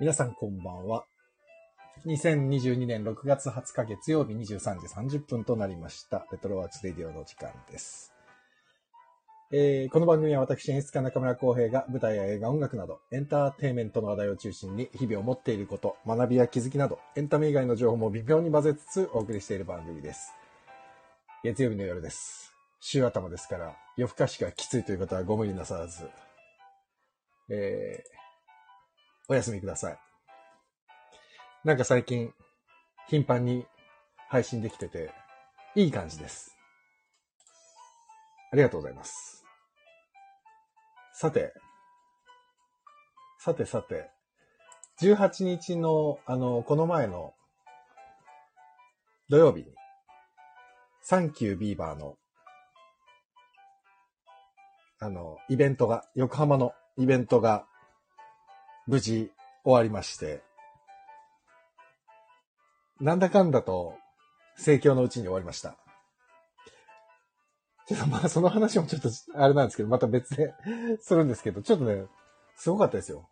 皆さんこんばんは。2022年6月20日月曜日23時30分となりました。レトロワークスレディオの時間です。えーこの番組は私、演出家中村光平が舞台や映画、音楽など、エンターテインメントの話題を中心に、日々思っていること、学びや気づきなど、エンタメ以外の情報も微妙に混ぜつつお送りしている番組です。月曜日の夜です。週頭ですから、夜更かしがきついという方はご無理なさらず、えーお休みください。なんか最近、頻繁に配信できてて、いい感じです。ありがとうございます。さて、さてさて、18日の、あの、この前の土曜日に、サンキュービーバーの、あの、イベントが、横浜のイベントが、無事終わりまして、なんだかんだと、盛況のうちに終わりました。ちょっとまあ、その話もちょっと、あれなんですけど、また別でするんですけど、ちょっとね、すごかったですよ。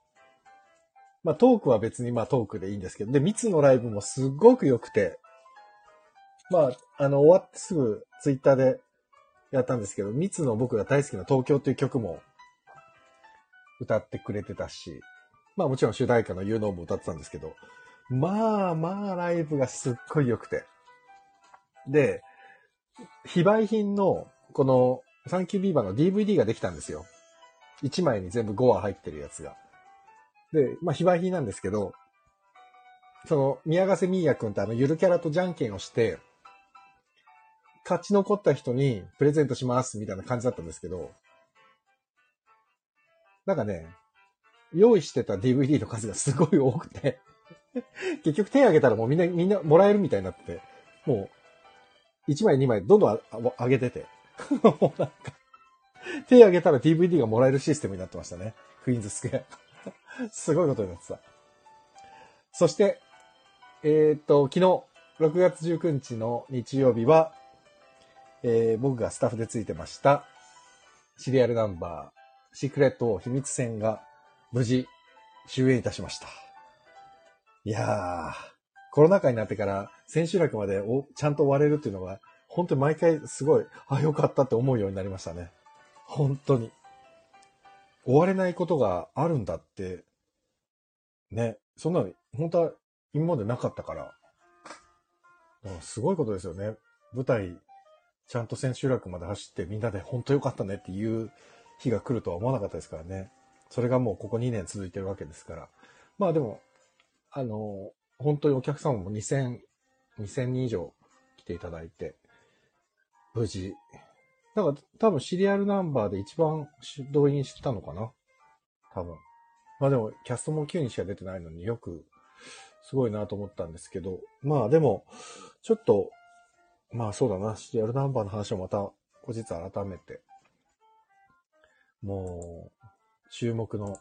まあ、トークは別にまあトークでいいんですけど、で、ミツのライブもすごく良くて、まあ、あの、終わってすぐツイッターでやったんですけど、ミツの僕が大好きな東京という曲も歌ってくれてたし、まあもちろん主題歌の言うのも歌ってたんですけど、まあまあライブがすっごい良くて。で、非売品のこのサンキュービーバーの DVD ができたんですよ。1枚に全部5話入ってるやつが。で、まあ非売品なんですけど、その宮ヶ瀬みーやくんとあのゆるキャラとじゃんけんをして、勝ち残った人にプレゼントしますみたいな感じだったんですけど、なんかね、用意してた DVD の数がすごい多くて、 結局手挙げたらもうみんな、みんなもらえるみたいになってて、もう、1枚2枚どんどんああ上げてて、 もうなんか、手挙げたら DVD がもらえるシステムになってましたね。クイーンズスクエア。 すごいことになってた。そして、えーっと、昨日、6月19日の日曜日は、えー僕がスタッフでついてました、シリアルナンバー、シークレット王秘密戦が無事、終演いたしました。いやー、コロナ禍になってから、千秋楽までおちゃんと終われるっていうのが、本当に毎回すごい、あ、よかったって思うようになりましたね。本当に。終われないことがあるんだって、ね、そんなの、本当は今までなかったから、うんすごいことですよね。舞台、ちゃんと千秋楽まで走ってみんなで本当よかったねっていう日が来るとは思わなかったですからね。それがもうここ2年続いてるわけですから。まあでも、あの、本当にお客様も2000、2000人以上来ていただいて、無事。なんか多分シリアルナンバーで一番し動員してたのかな多分。まあでも、キャストも9人しか出てないのによく、すごいなと思ったんですけど、まあでも、ちょっと、まあそうだな、シリアルナンバーの話をまた後日改めて、もう、注目の、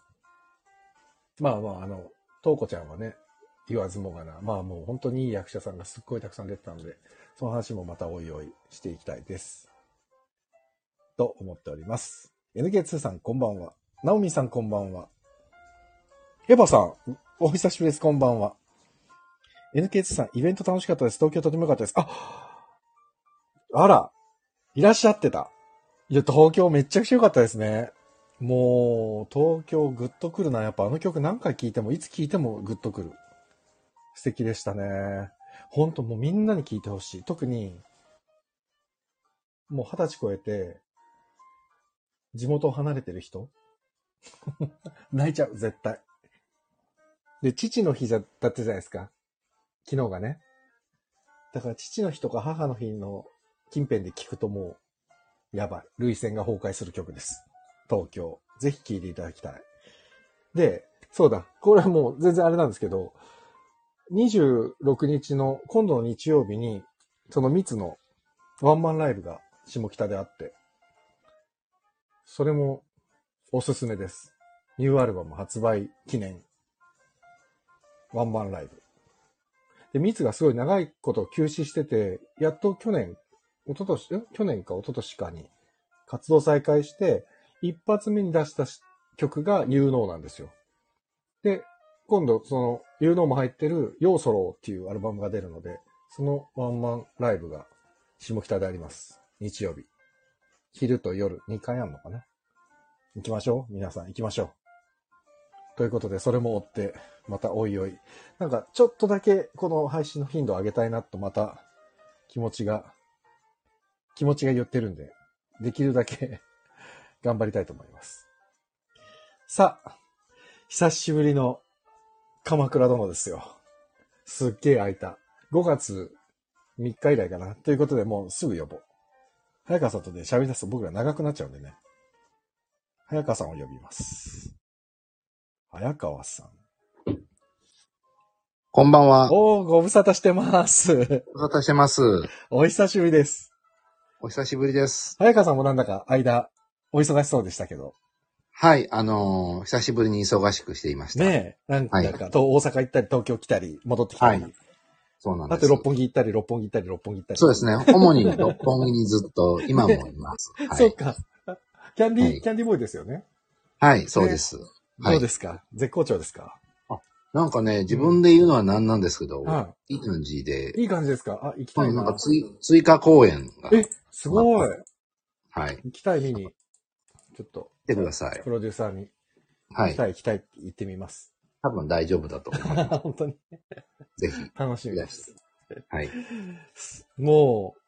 まあまあ、あの、とうこちゃんはね、言わずもがな、まあもう本当にいい役者さんがすっごいたくさん出てたので、その話もまたおいおいしていきたいです。と思っております。NK2 さんこんばんは。ナオミさんこんばんは。エヴァさん、お久しぶりです、こんばんは。NK2 さん、イベント楽しかったです。東京とても良かったです。ああら、いらっしゃってた。いや、東京めっちゃくちゃ良かったですね。もう、東京グッとくるな。やっぱあの曲何回聴いても、いつ聴いてもグッとくる。素敵でしたね。ほんともうみんなに聴いてほしい。特に、もう二十歳超えて、地元を離れてる人 泣いちゃう、絶対。で、父の日じゃ、だったじゃないですか。昨日がね。だから父の日とか母の日の近辺で聴くともう、やばい。涙腺が崩壊する曲です。東京。ぜひ聴いていただきたい。で、そうだ。これはもう全然あれなんですけど、26日の、今度の日曜日に、そのミツのワンマンライブが下北であって、それもおすすめです。ニューアルバム発売記念、ワンマンライブ。で、ミツがすごい長いことを休止してて、やっと去年、一昨年、ん去年か一昨年かに活動再開して、一発目に出したし曲が有能なんですよ。で、今度、その、有能も入ってる、ヨーソローっていうアルバムが出るので、そのワンマンライブが、下北であります。日曜日。昼と夜、2回あんのかな行きましょう。皆さん行きましょう。ということで、それも追って、またおいおい。なんか、ちょっとだけ、この配信の頻度を上げたいなと、また、気持ちが、気持ちが言ってるんで、できるだけ、頑張りたいと思います。さあ、久しぶりの鎌倉殿ですよ。すっげえ空いた。5月3日以来かな。ということで、もうすぐ呼ぼう。早川さんとね、喋り出すと僕ら長くなっちゃうんでね。早川さんを呼びます。早川さん。こんばんは。おー、ご無沙汰してます。 お待たせしてます。お久しぶりです。お久しぶりです。早川さんもなんだか間、お忙しそうでしたけど。はい、あのー久しぶりに忙しくしていました。ねえ、なんか、はいなんかと大阪行ったり、東京来たり、戻ってきたり。はいそうなんあです。と、六本木行ったり、六本木行ったり、六本木行ったり。そうですね。主に六本木にずっと今もい ます。はそっい。か。キャンディー、はいキャンディーボーイですよね。はい、そうです。はいどうですか絶好調ですかなんかね、自分で言うのは何なんですけど、はいい感じで、いい感じですかあ、行きたういんなな。んか追追加公演が、え、すごい。はい、来行きたい、見に。ちょっと、てくださいプ。ロデューサーに、は行きい。たい、行きたいって言ってみます。 多分大丈夫だと思います。本当にぜひ、楽しみいらでしす。はい。もう、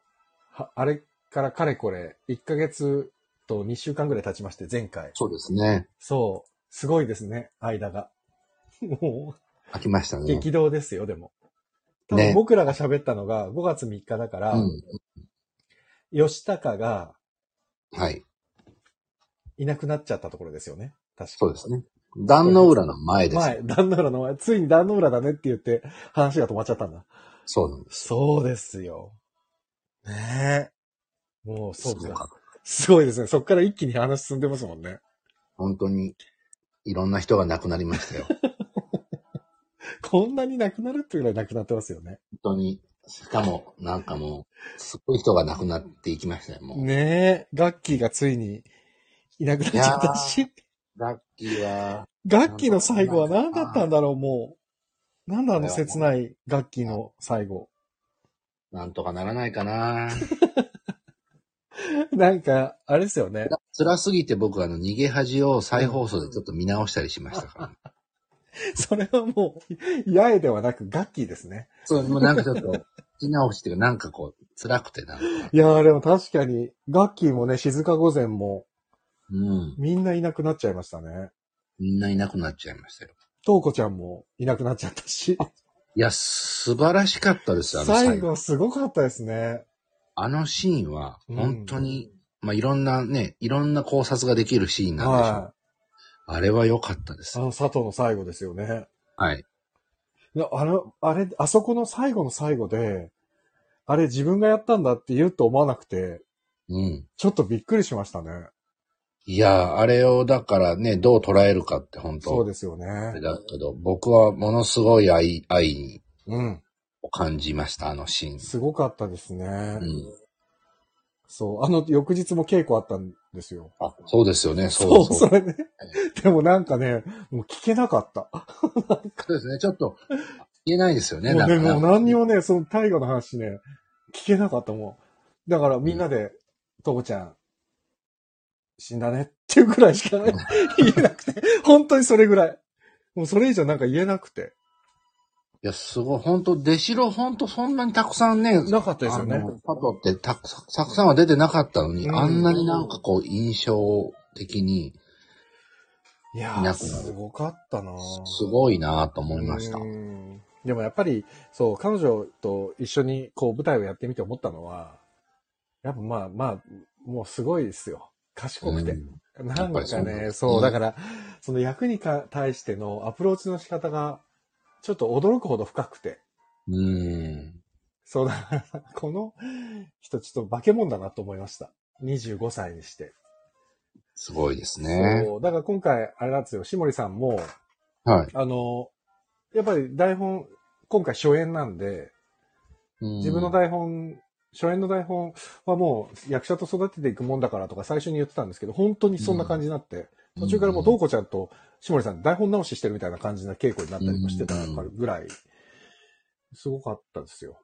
はあれからかれこれ、1ヶ月と2週間ぐらい経ちまして、前回。そうですね。そう。すごいですね、間が。も飽きましたう、ね。激動ですよ、でも。多ね分僕らが喋ったのが5月3日だから、うん。吉高がはい。いなくなっちゃったところですよね。確かそうですね。壇の浦の前です。前、壇ノ浦の前、ついに壇ノ浦だねって言って話が止まっちゃったんだ。そうなんです。そうですよ。ねえ。もうそうすごだかった。すごいですね。そっから一気に話進んでますもんね。本当に、いろんな人が亡くなりま したよ。本こんなになくなるっていうぐらいなくなってますよね。当に。しかも、なんかもう、すごい人が亡くなっていきましたよ、もう。ねえ。ガッキーがついにいなくなっちゃったし、ラッキーは、ガッキーの最後は何だったんだろう、もう。なんだあの切ないガッキーの最後。なんとかならないかな なんか、あれですよね。 辛すぎて僕、あの、逃げ恥を再放送でちょっと見直したりしましたから、それはもう、八重ではなくガッキーですね。そう、もうなんかちょっと、聞き直しっていうか、なんかこう、辛くてなんか。いやーでも確かに、ガッキーもね、静か午前も、うん。みんないなくなっちゃいましたね。みんないなくなっちゃいましたよ。トーコちゃんもいなくなっちゃったし、いや、素晴らしかったです、あの最後すごかったですね。あのシーンは、うん本当に、まあ、いろんなね、いろんな考察ができるシーンなんでしょう。はあれは良かったでい。あす。の佐藤の最後ですよね。はい。いやあの、あれ、あそこの最後の最後で、あれ自分がやったんだって言うと思わなくて、うん。ちょっとびっくりしましたね。いやー、あれをだからね、どう捉えるかって本当そうですよあれね。だけど、僕はものすごい愛、愛うん。を感じました、あのシーン。すごかったですね。うん。そう。あの、翌日も稽古あったんですよ。あ、そうですよね、そそうう、そう。それね。でもなんかね、もう聞けなかった。そうですね、ちょっと、言えないですよね、もうね、なかなもうか何にもね、その大河の話ね、聞けなかったもん。だからみんなで、とこちゃん、死んだねっていうくらいしか ね言えなくて、本当にそれぐらい。もうそれ以上なんか言えなくて。いや、すごい、本当出城、本当そんなにたくさんね、なかったですよねあ。のパトってたくさんたくさんは出てなかったのに、うんあんなになんかこう、印象的に、いやいー、なくなるすごかったなぁすごいなぁと思いましたう。んでもやっぱり、そう、彼女と一緒にこう舞台をやってみて思ったのは、やっぱまあまあ、もうすごいですよ。賢くて。うんなんやっぱりそかうなんね、ですそう、ねだから、その役にか対してのアプローチの仕方が、ちょっと驚くほど深くて、うん。そうだ、この人ちょっと化け物だなと思いました。25歳にして。すごいですね。そう、だから今回、あれなんですよ、しもりさんも、はい。あの、やっぱり台本、今回初演なんで、自分の台本初演の台本はもう役者と育てていくもんだからとか最初に言ってたんですけど、本当にそんな感じになって、途中からもう、どうこちゃんとしもりさん台本直ししてるみたいな感じな稽古になったりもしてたぐらい、すごかったですよ。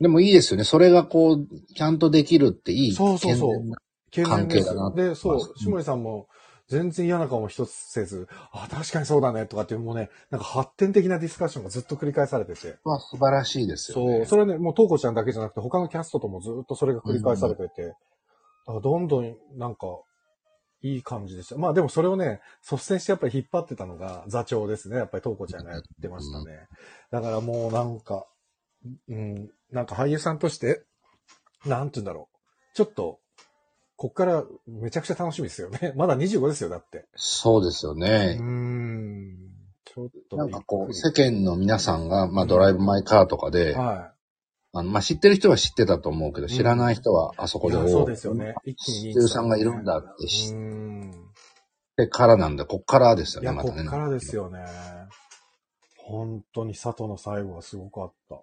でもいいですよね。それがこう、ちゃんとできるっていい。そうそうそう健全な健全です関係だなってで、そうまあ、しもりさんも全然嫌な顔も一つせず、あ、確かにそうだねとかっていうもうね、なんか発展的なディスカッションがずっと繰り返されてて、まあ素晴らしいですよね。そう、それはね、もう、トーコちゃんだけじゃなくて、他のキャストともずっとそれが繰り返されてて、だからどんどん、なんか、いい感じでした。まあでもそれをね、率先してやっぱり引っ張ってたのが座長ですね。やっぱりトーコちゃんがやってましたね。だからもうなんか、うん、なんか俳優さんとして、なんて言うんだろう。ちょっと、こっからめちゃくちゃ楽しみですよね。 まだ25ですよ、だって。そうですようーね。ん。ちょっとなんかこびっう、く世り間の皆さんが、うまあんドライブ・マイ・カーとかで、はい。あのまあ知ってる人は知ってたと思うけど、ん知らない人はあそこいで、やそうですよね。一気に俳認優知さされんがたいねるんだって知うっん。てからなんで、こっからですよいね、や、まこたね。っからですよね。本当に佐藤の最後はすごかった。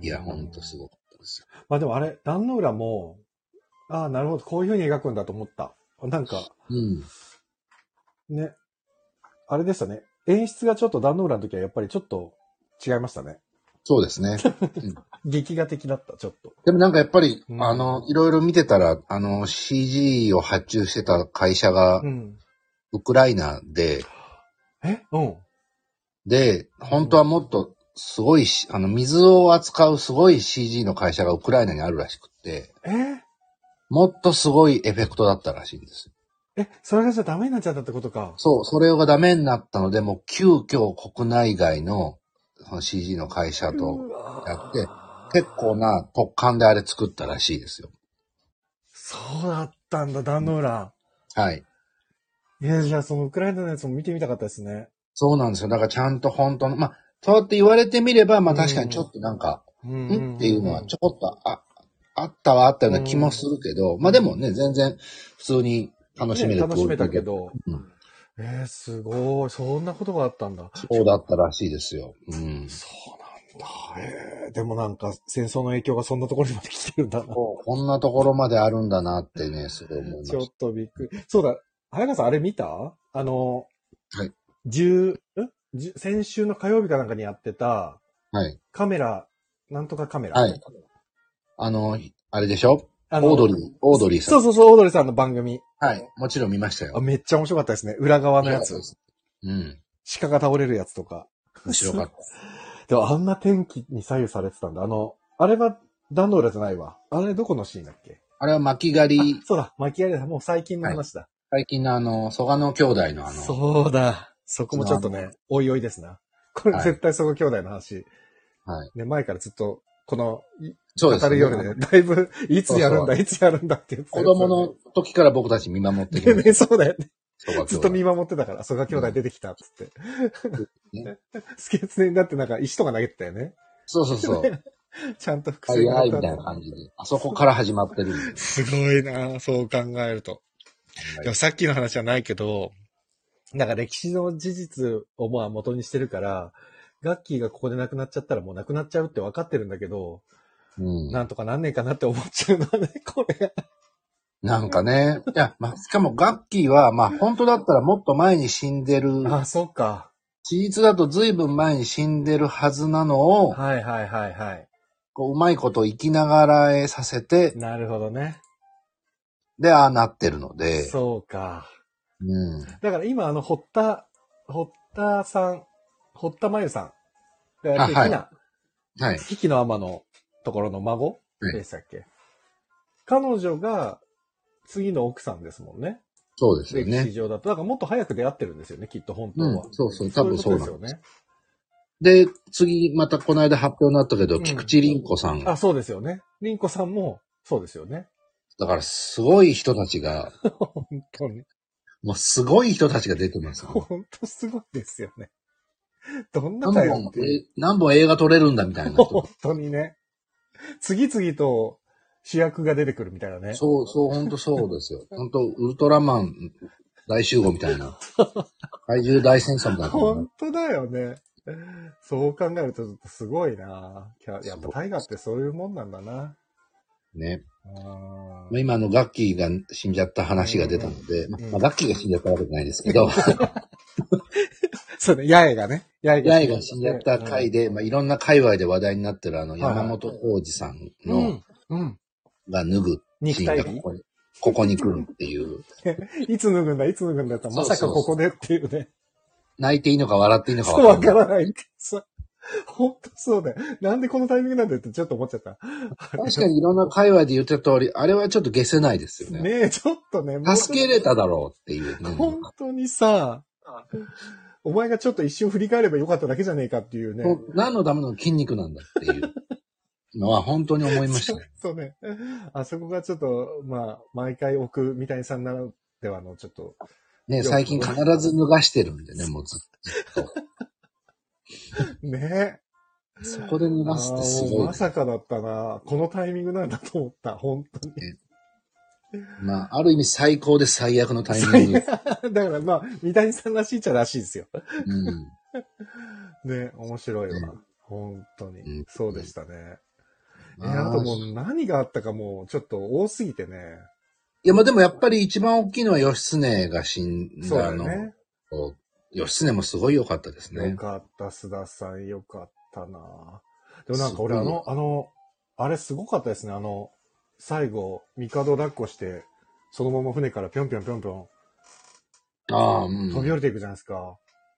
いや、ほんとすごかったですよ。まあでもあれ、壇ノ浦も、ああ、なるほど、こういう風に描くんだと思った。なんか、うん。ね、あれでしたね。演出がちょっと壇ノ浦の時はやっぱりちょっと違いましたね。そうですね。劇画的だった、ちょっと。でもなんかやっぱり、うんあの、いろいろ見てたら、あの、CG を発注してた会社がう、ん。ウクライナで、えうん。で、本当はもっとすごいし、あの、水を扱うすごい CG の会社がウクライナにあるらしくって、えもっとすごいエフェクトだったらしいんです。え、それがじゃあダメになっちゃったってことか。そう、それがダメになったので、もう急遽国内外のその CG の会社とやって、結構な特感であれ作ったらしいですよ。そうだったんだ、壇ノ浦。はい。いや、じゃあそのウクライナのやつも見てみたかったですね。そうなんですよ。だからちゃんと本当の、まあ、そうやって言われてみれば、まあ確かにちょっとなんか、うんんっていうのはちょこっとああったはあったような気もするけど、まあでもね、全然普通に楽しめねる楽しめたけ。ど。うんえー、すごい。そんなことがあったんだ。そうだったらしいですよ。うん。そうなんだ。えー、でもなんか戦争の影響がそんなところにまで来てるんだな。こんなところまであるんだなってね、すごい思い まちょしっとびっくり。そうだ、早川さんあれ見たあの、はい10んじゅ先週の火曜日かなんかにやってたた。はい。カメラ、なんとかカメラ。はい。あの、あれでしょあのオードリー、オードリーさそん。うそうそう、オードリーさんの番組。はい。もちろん見ましたあよ。めっちゃ面白かったですね。裏側のやつ。うん。鹿が倒れるやつとか。面白かった。 でもあんな天気に左右されてたんだ。あの、あれは壇ノ浦じゃないわ。あれどこのシーンだっけあれは巻き狩りあ、そうだ、巻き上げだ。もう最近の話だ。最近のあの、蘇我の兄弟のあの、そうだ。そこもちょっとね、おいおいですな。これはい絶対そこ兄弟の話。はい。ね、前からずっと、この、いそうです語るようにね、だいぶ、いつやるんだ、いつやるんだって言ってた子やつ供の時から僕たち見守ってきね まね、そうだよね。した。ずっと見守ってたから、蘇我兄弟出てきたっ、つって。ね スケツネになってなんか石とか投げてたよね。そうそうそう。ちゃんと伏はい線がはあい、っみたいな感じで。あそこから始まってるんで。すごいなそう考えると。でもさっきの話じゃないけど、なんか歴史の事実をまあ元にしてるから、ガッキーがここで亡くなっちゃったらもう亡くなっちゃうって分かってるんだけど、うん、なんとかなんねえかなって思っちゃうのはね、これが。なんかね。いや、まあ、しかもガッキーは、まあ、本当だったらもっと前に死んでる。あ、そっか。事実だと随分前に死んでるはずなのを、はいはいはいはい。こう、うまいこと生きながらえさせて、なるほどね。で、ああなってるので。そうか。うん。だから今あの、堀田、堀田さん、堀田真由さん。だからあはいひなはい。キキの天のところの孫うんでしたっけ、彼女が次の奥さんですもんね。そうですよ歴史ね。上だと。だからもっと早く出会ってるんですよね、きっと本当うは。ん。そうそう。多分そういなこのと。ですよね。で、次、またこの間発表になったけど、うん菊池凛子さん。あ、そうですよね。リンコさんも、そうですよね。だから、すごい人たちが、本当に。もうすごい人たちが出てますよね。本当すごいですよね。どんな何会話っ本ていう、え何本映画撮れるんだみたいな人本当にね。次々と主役が出てくるみたいなね。そう、そう、本当そうで すよ。本当ウルトラマン大集合みたいな。怪獣大戦争みたいな本。当だよね。そう考えるとちょっとすごいなキャやっぱタイガーってそういうもんなんだな。ね。あまあー今あのガッキーが死んじゃった話が出たので、まうんあガッキーが死んじゃったわけじゃないですけ ど、そうね、八重がね。八重八重が死んじゃった回で。で、まあいろんな界隈で話題になってるあのいはい山本浩二さんうのん。うん。が脱ぐシ肉ーン体がこ美。こに、ここに来るっていう、いつ脱ぐんだ、いつ脱ぐんだって、まさかここでっていうね。泣いていいのか笑っていいのかそう、わわかからない。らない。そうほんとそうだよ。なんでこのタイミングなんだよってちょっと思っちゃった。確かにいろんな界隈で言ってた通り、あれはちょっと消せないですよね。ねえ、ちょっとね、もう助けれただろうっていう。本当にさ、お前がちょっと一瞬振り返ればよかっただけじゃねえかっていうね。そう何のための筋肉なんだっていうのは本当に思いましたね。そうね。あそこがちょっと、まあ、毎回置く三谷さんならではのちょっと、ね、 いや最近必ず脱がしてるんでね、もうずっと。ねそこで脱え。あがすってすーごいま。さかだったな。このタイミングなんだと思った。本当に。まあ、ある意味最高で最悪のタイミング。 だからまあ、三谷さんらしいっちゃらしいですよ。うん。ね、面白いわね。本当うにん。そうでしたね。え、まあともう何があったかもうちょっと多すぎてね。いや、まあでもやっぱり一番大きいのは義経が死んそうだだよの。ね。義経もすごい良かったですよね。かった、須田さん、よかったなでもなんか俺あの、あの、あれすごかったですね、あの、最後、帝抱っこして、そのまま船からぴょんぴょんぴょんぴょああ、うん。ん飛び降りていくじゃないですか。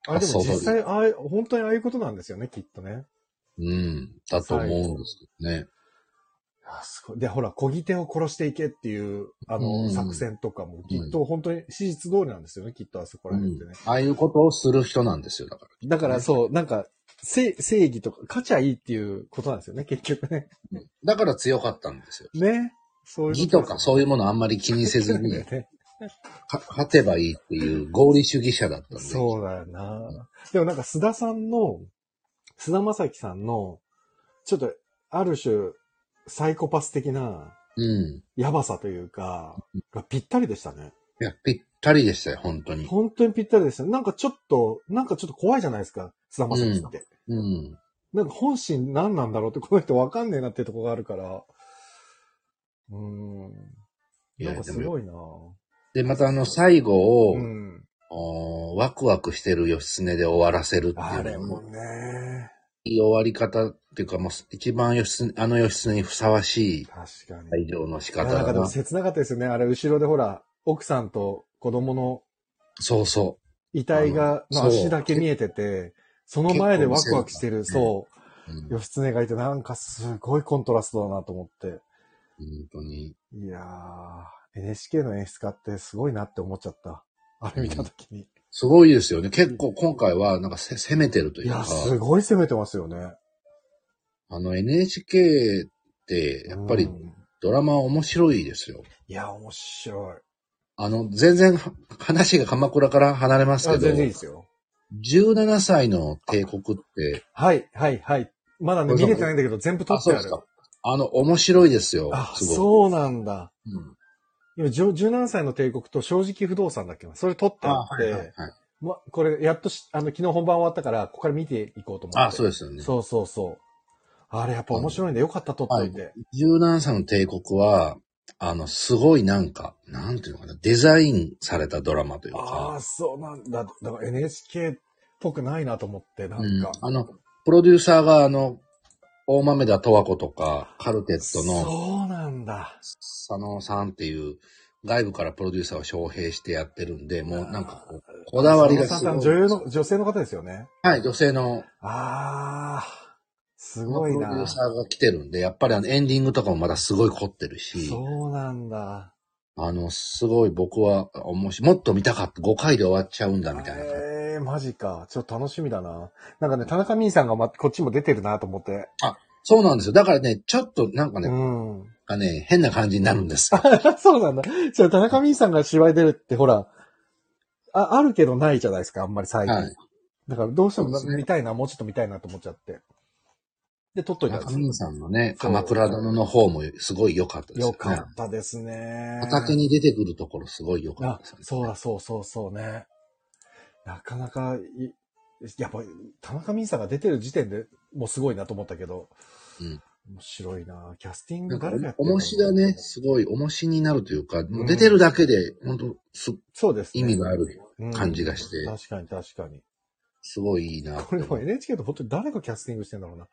あれであもそう実際、ああい本当にああいうことなんですよね、きっとね。うん。だと思うんですけどね。あすごい。で、ほら、漕ぎ手を殺していけっていう、あうんうんうの、ん作戦とかも、きっと本当に史実通りなんですよね、きっとあそこらう辺っんてね。。ああいうことをする人なんですよ、だから。だからそう、なんか、正正義とか、勝ちゃいいっていうことなんですよね、結局ね。だから強かったんですよ。ね。そういう義こととですよかそういうものあんまり気にせず に、ねか勝てばいいっていう合理主義者だったんで。そうだよな。でもなんか須田さんの、須田正樹さんの、ちょっと、ある種、サイコパス的な、うん。やばさというか、がぴったりでしたね。いや、ぴったりでしたよ、本当に。本当にぴったりでした。なんかちょっと、なんかちょっと怖いじゃないですか、須田正樹って。うん。なんか本心何なんだろうって、この人わかんねえなっていうとこがあるから。うーん。いなやんかすごいなぁ。で、またあの、最後を、うん。おーワクワクしてる義経で終わらせるあっていれうものね、いい終わり方っていうか、もう一番義経、あの義経にふさわしい確かに。会場の仕いや方なんかだでもな。切なかったですよね。あれ、後ろでほら、奥さんと子供のそうそ遺体が、あののそ足うだけ見えてて、その前でワクワクしてる、結構。そううんう、義経がいて、なんかすごいコントラストだなと思って。本当に。いやー、NHK の演出家ってすごいなって思っちゃった。あれ見たときに。すごいですよね。結構今回は、なんかせ攻めてるといいうかや、、すごい攻めてますよね。あの NHK って、やっぱうりんドラマは面白いですよ。いや、面白い。あの、全然は話が鎌倉から離れますあけど全、然いいですよ。 17歳の帝国って、はい、はい、はい。まだね、見れてないんだけど、全部撮ってある。。あの、面白いですよ。あ、すごい。そうなんだ。うん今、じゅ17歳の帝国と正直不動産だっけなそれ撮ってああ、っはいて、はいはい。ま、これ、やっとし、あの、昨日本番終わったから、ここから見ていこうと思って。あ、そうでですよね。そうそうそう。あれ、やっぱ面白いんで、よかった、撮っといて。 17歳の帝国は、あの、すごいなんか、なんていうのかな、デザインされたドラマというあか、あ、そうなんだ。だから NHK っぽくないなと思って、なうんんか。、あの、プロデューサーがあの、大豆田十和子とか、カルテットのそうなんだ。佐野さんっていう、外部からプロデューサーを招聘してやってるんで、もうなんかこう、こだわりが佐す野ごさんい。女優の、女性の方ですよね。はい、女性のああ、すプロごいデなュー。サーが来てるんで、やっぱりあのエンディングとかもまだすごい凝ってるし、そうなんだ。あの、すごい僕は面白い。もっと見たかった。5回で終わっちゃうんだみたいな感じ。ええー、マジか。ちょっと楽しみだな。なんかね、田中みーさんがま、こっちも出てるなと思って。そうなんですよ。だからね、ちょっとなんかうね、ん。 がね変な感じになるんです。そうなんだ。じゃあ、田中みーさんが芝居出るって、ほら、あ、あるけどないじゃないですか、あんまり最近。はいだから、どうしてもなそうですね見たいな、もうちょっと見たいなと思っちゃって。で、撮っといたんで中す身さんのね、鎌倉殿の方もすごい良かったですよよね。かったですね。畑に出てくるところすごい良かっあたですよ、ね。そうだ、そうそうそうね。なかなかい、やっぱ、田中みーさんが出てる時点でもうすごいなと思ったけど、うん面白いなキャスティング誰がやってるの重しがね、すごい重しになるというか、もう出てるだけで、本当す、そうです、意味があるうん感じがして確かに確かに。すごいいいなってこれも NHK と本当に誰がキャスティングしてんだろうな。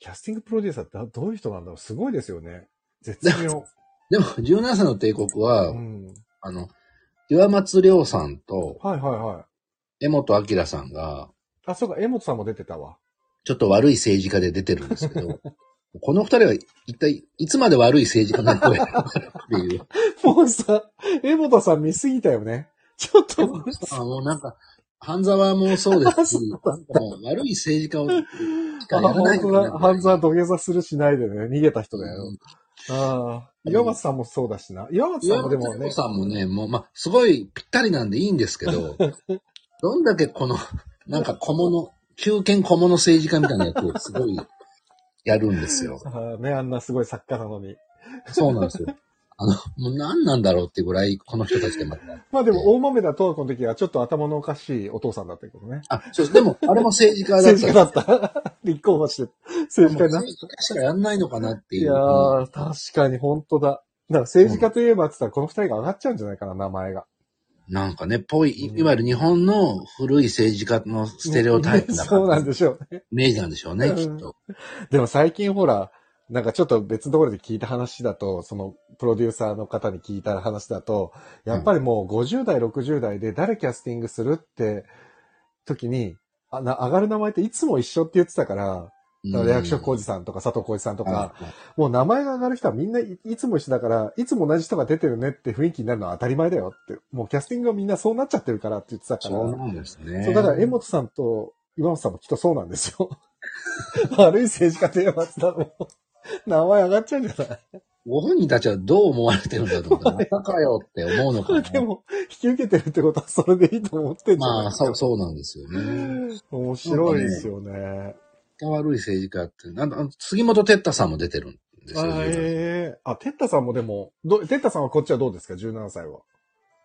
キャスティングプロデューサーってどういう人なんだろうすごいですよね。絶 妙。でも、17歳の帝国は、うん。あの、岩松亮さんとはいはいはい。江本明さんが、あ、そうか、江本さんも出てたわ。ちょっと悪い政治家で出てるんです けど、この二人は一体いつまで悪い政治家なんだろうっていう。もうさ、江本さん見すぎたよね。ちょっと、あもうなんか、半沢もそうですし、もあう悪い政治家をしかやらない本当のかなだ。半沢土下座するしないでね、逃げた人だよ。ああ。岩松さんもそうだしな。岩松さん岩も本でもね、さんもね、もう、まあ、すごいぴったりなんでいいんですけど、 どんだけこの、 なんか小物、中堅小物政治家みたいなやつをすごいやるんです よ。ああね、あんなすごい作家なのに。そうなんですよ。あの、もう何なんだろうってぐらい、この人たちでまた。まあでも、大豆田と和子の時はちょっと頭のおかしいお父さんだったけどね。あ、そうです。でも、あれも政治家だったん政です治よ家だった。 立候補して、政治家になっ政治家しかやんないのかなってい。いうやー、確かに本当だ。だから政治家といえばって言ったらこの二人が上がっちゃうんじゃないかな、名前が。なんかね、ぽい、うんいいわゆる日本の古い政治家のステレオタイプ なそうなん感でしょうね。イメージなんでしょうね、うんきっと。でも最近ほら、なんかちょっと別ところで聞いた話だと、そのプロデューサーの方に聞いた話だと、やっぱりもう50代、60代で誰キャスティングするって時に、あな上がる名前っていつも一緒って言ってたから、だから役所広司さんとか佐藤浩市さんとうんか、もう名前が上がる人はみんないいつも一緒だから、いつも同じ人が出てるねって雰囲気になるのは当たり前だよって、もうキャスティングがみんなそうなっちゃってるからって言ってたから、そうなんですね。そう、だから、江本さんと岩本さんもきっとそうなんですよ。 悪い政治家と言えば、だもう名前上がっちゃうんじゃない。ご本人たちはどう思われてるんだと か、またかよって思うのかなでも、引き受けてるってことはそれでいいと思ってんじゃないまあ、そう、そうなんですよね。面白いですよね。悪い政治家って、なんだ、あの杉本哲太さんも出てるんですよ。あ、ねええあ、テッタさんもでも、ど、テッタさんはこっちはどうですか ?17 歳は。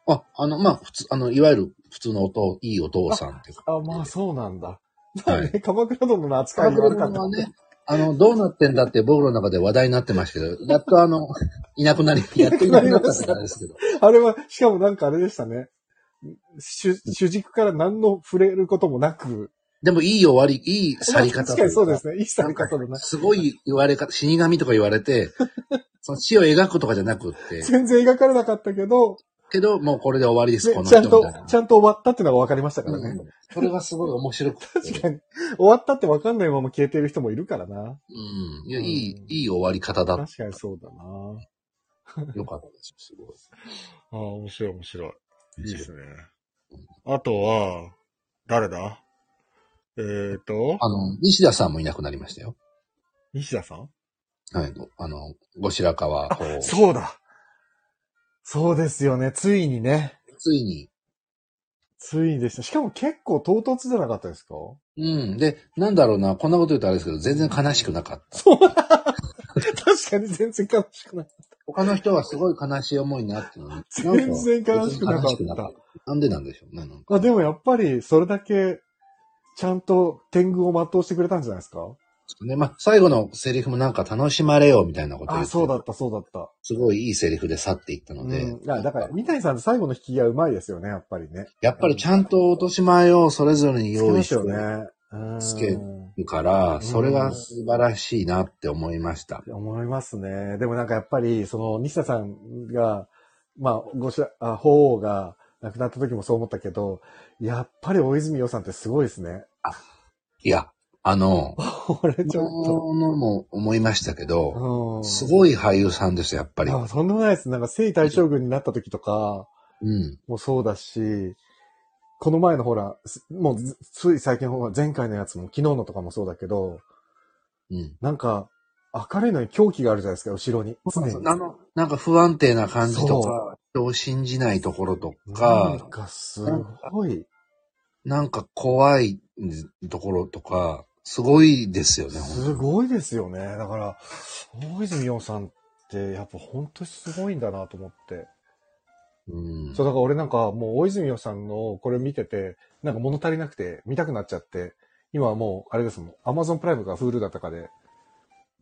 あ、あの、まあ、普通、あの、いわゆる普通のお父、いいお父さんっていうか。あ、まあそうなんだ。はい だからね鎌倉殿の扱カいブがロ悪かさんった。はね、あの、どうなってんだって僕の中で話題になってました けど、やっとあの、いなくなり、 やっといなくなったってなんですけど。あれは、しかもなんかあれでしたね。主主軸から何の触れることもなく。でもいい終わり、いい去り方確とかいにそうでね。すね。いい去り方だな。すごい言われ方、死神とか言われ て、その死を描くとかじゃなく って、全然描かれなかったけど、けど、もうこれで終わりです、こねちの人ゃんみたいとな。、ちゃんと終わったっていうのが分かりましたからね。うんそれがすごい面白くて。確かに。終わったって分かんないまま消えてる人もいるからな。うん。いや、いい、いい終わり方だっ確かにそうだな。た。よかったです。すごい。ああ、面白い面白い。ね。あとは、誰だえーと、あの、西田さんもいなくなりましたよ。西田さんはい。あの、後白河法皇。そうだそうですよね。ついにね。ついに、ついにでした。しかも結構唐突じゃなかったですか うん。で、なんだろうな、こんなこと言うとあれですけど、全然悲しくなかった。確かに全然悲しくない。他の人はすごい悲しい思いになってるのに。全然悲しくなかったなん悲しなんでなんでしょうね。なんかあでもやっぱりそれだけちゃんと天狗を全うしてくれたんじゃないですかね、まあ、最後のセリフもなんか楽しまれよみたいなこと言あ、ってそうだった、そうだった。すごいいいセリフで去っていったので、うん、いやだから、三谷さんって最後の引きがうまいですよね、やっぱりね。やっぱりちゃんと落とし前をそれぞれに用意して好きですよね。うんつけるから、それが素晴らしいなって思いました。思いますね。でもなんかやっぱり、その、西田さんが、まあ、ごしら、あ、法王が亡くなった時もそう思ったけど、やっぱり大泉洋さんってすごいですね。いや、あの、これちそょっのも思いましたけと。ど、うん。すごい俳優さんですよ、やっぱり。あ、とんでもないです。なんか、征夷大将軍になった時とか、うん。もうそうだし、この前のほら、すもうずつい最近ほら、前回のやつも昨日のとかもそうだけど、うん。なんか、明るいのに狂気があるじゃないですか、後ろに。常にあの、なんか不安定な感じそとか、人を信じないところとなんか、かすごい、なんか怖いところとか、すごいですよね、ほんとすごいですよね。だから、大泉洋さんって、やっぱ本当にすごいんだなと思って。うん。そう、だから俺なんかもう大泉洋さんのこれ見てて、なんか物足りなくて、見たくなっちゃって、今はもう、あれですもん、Amazon プライムか Hulu だったかで、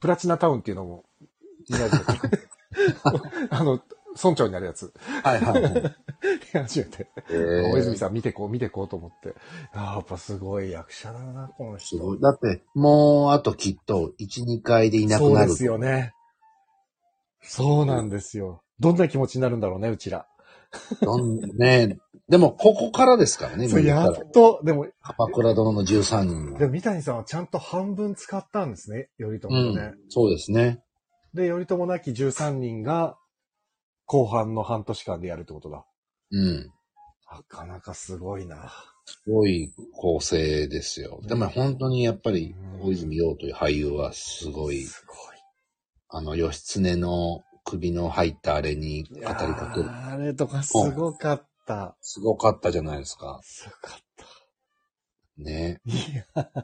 プラチナタウンっていうのも、みんなで あの、村長になるやつ、 はいはい はい。初めて。えー大泉さん見てこう、見てこうと思って。あーやっぱすごい役者だな、このす人。ごい。だって、もう、あときっと、1、2回でいなくそうなでる。すよね。そうなんですよ。どんな気持ちになるんだろうね、うちら。どんねでも、ここからですからね、そう見やたら。っと、でも、鎌倉殿の13人では。も三谷さんはちゃんと半分使ったんですね、頼朝うね。ん。そうですね。で、頼朝なき13人が、後半の半年間でやるってことだ。うん。なかなかすごいな。すごい構成ですよ。でも本当にやっぱりうん、大泉洋という俳優はすごい、すごあの、義経の首の入ったあれにい。語りかけいるや。ーあれとかすごかった。すごかったじゃないですか。すごかった。ね。いや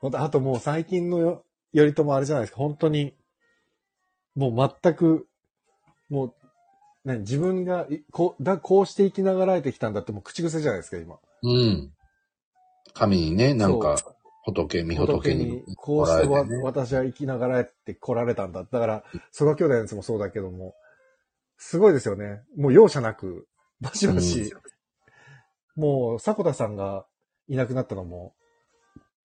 本当あともう最近のよ頼朝あれじゃないですか、本当に、もう全く、もう、何、自分がいこうだ、こうして生きながらえてきたんだってもう口癖じゃないですか、今。うん。神にね、なんか、仏、見仏仏にに。、こうしてわ、来られてね私は生きながらえって来られたんだ。だから、曽我兄弟のやつもそうだけども、すごいですよね。もう容赦なく、バシバシ、もう、迫田さんがいなくなったのも、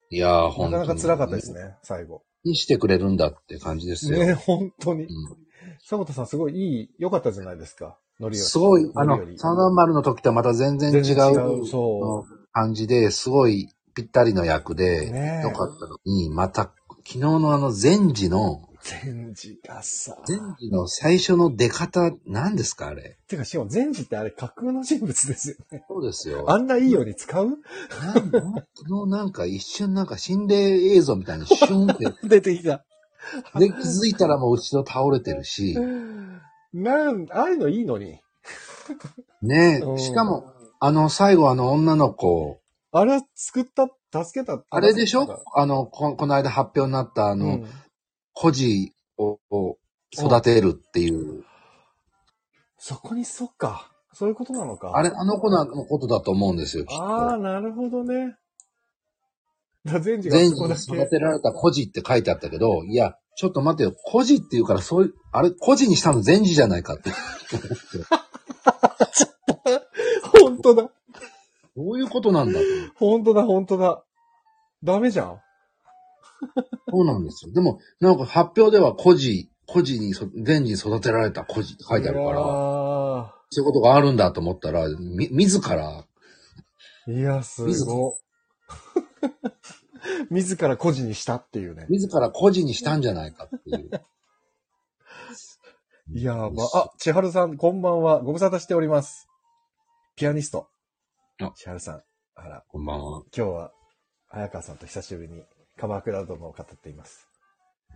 いやー、な本当かに。なか辛かったです。ね、最後。にしてくれるんだって感じですよ。ね、本当に。う迫田さんすごいいい、良かったじゃないですか。ノん、リよりすごい、あノリよの、りサナマルの時とはまた全然全違然違ううそ感じで、すごいぴったりの役で、ねえよかったのに、また、昨日のあの、善治の、全治がさ。善治の最初の出方、何ですか、あれ。てか、しかも全治ってあれ架空の人物ですよね。そうですよ。あんないいように使うなんか昨日なんか一瞬なんか心霊映像みたいにシュ ンって、出てきた。で、気づいたらもう後ろ倒れてるし、なん、ああいうのいいのに。ねうんえ、しかも、あの、最後あの女の子、あれは救った、助けた。あれでし助けょあの、こ、この間発表になった、あたの、うん孤児をを育てるっていう、そこにそっか。そういうことなのか。あれ、あの子のことだと思うんですよ、きっああ、と。なるほどね。だ全治が全そ員こだ育け。てられた孤児って書いてあったけど、いや、ちょっと待ってよ、孤児っていうから、そういう、あれ、孤児にしたの全児じゃないかって。本当だ。どういうことなんだと本当だ、本当だ。ダメじゃん。そうなんですよ。でも、なんか発表では孤児、孤児にそ、全児に育てられた孤児って書いてあるから、そういうことがあるんだと思ったら、み、自ら、いやーいや、すごい。 自ら孤児にしたっていうね。自ら孤児にしたんじゃないかっていう。 いやー、まあ、あ、千春さん、こんばんは。ご無沙汰しております。ピアニストあ。千春さん。あら、こんばんは。今日は、早川さんと久しぶりに鎌倉殿を語っています。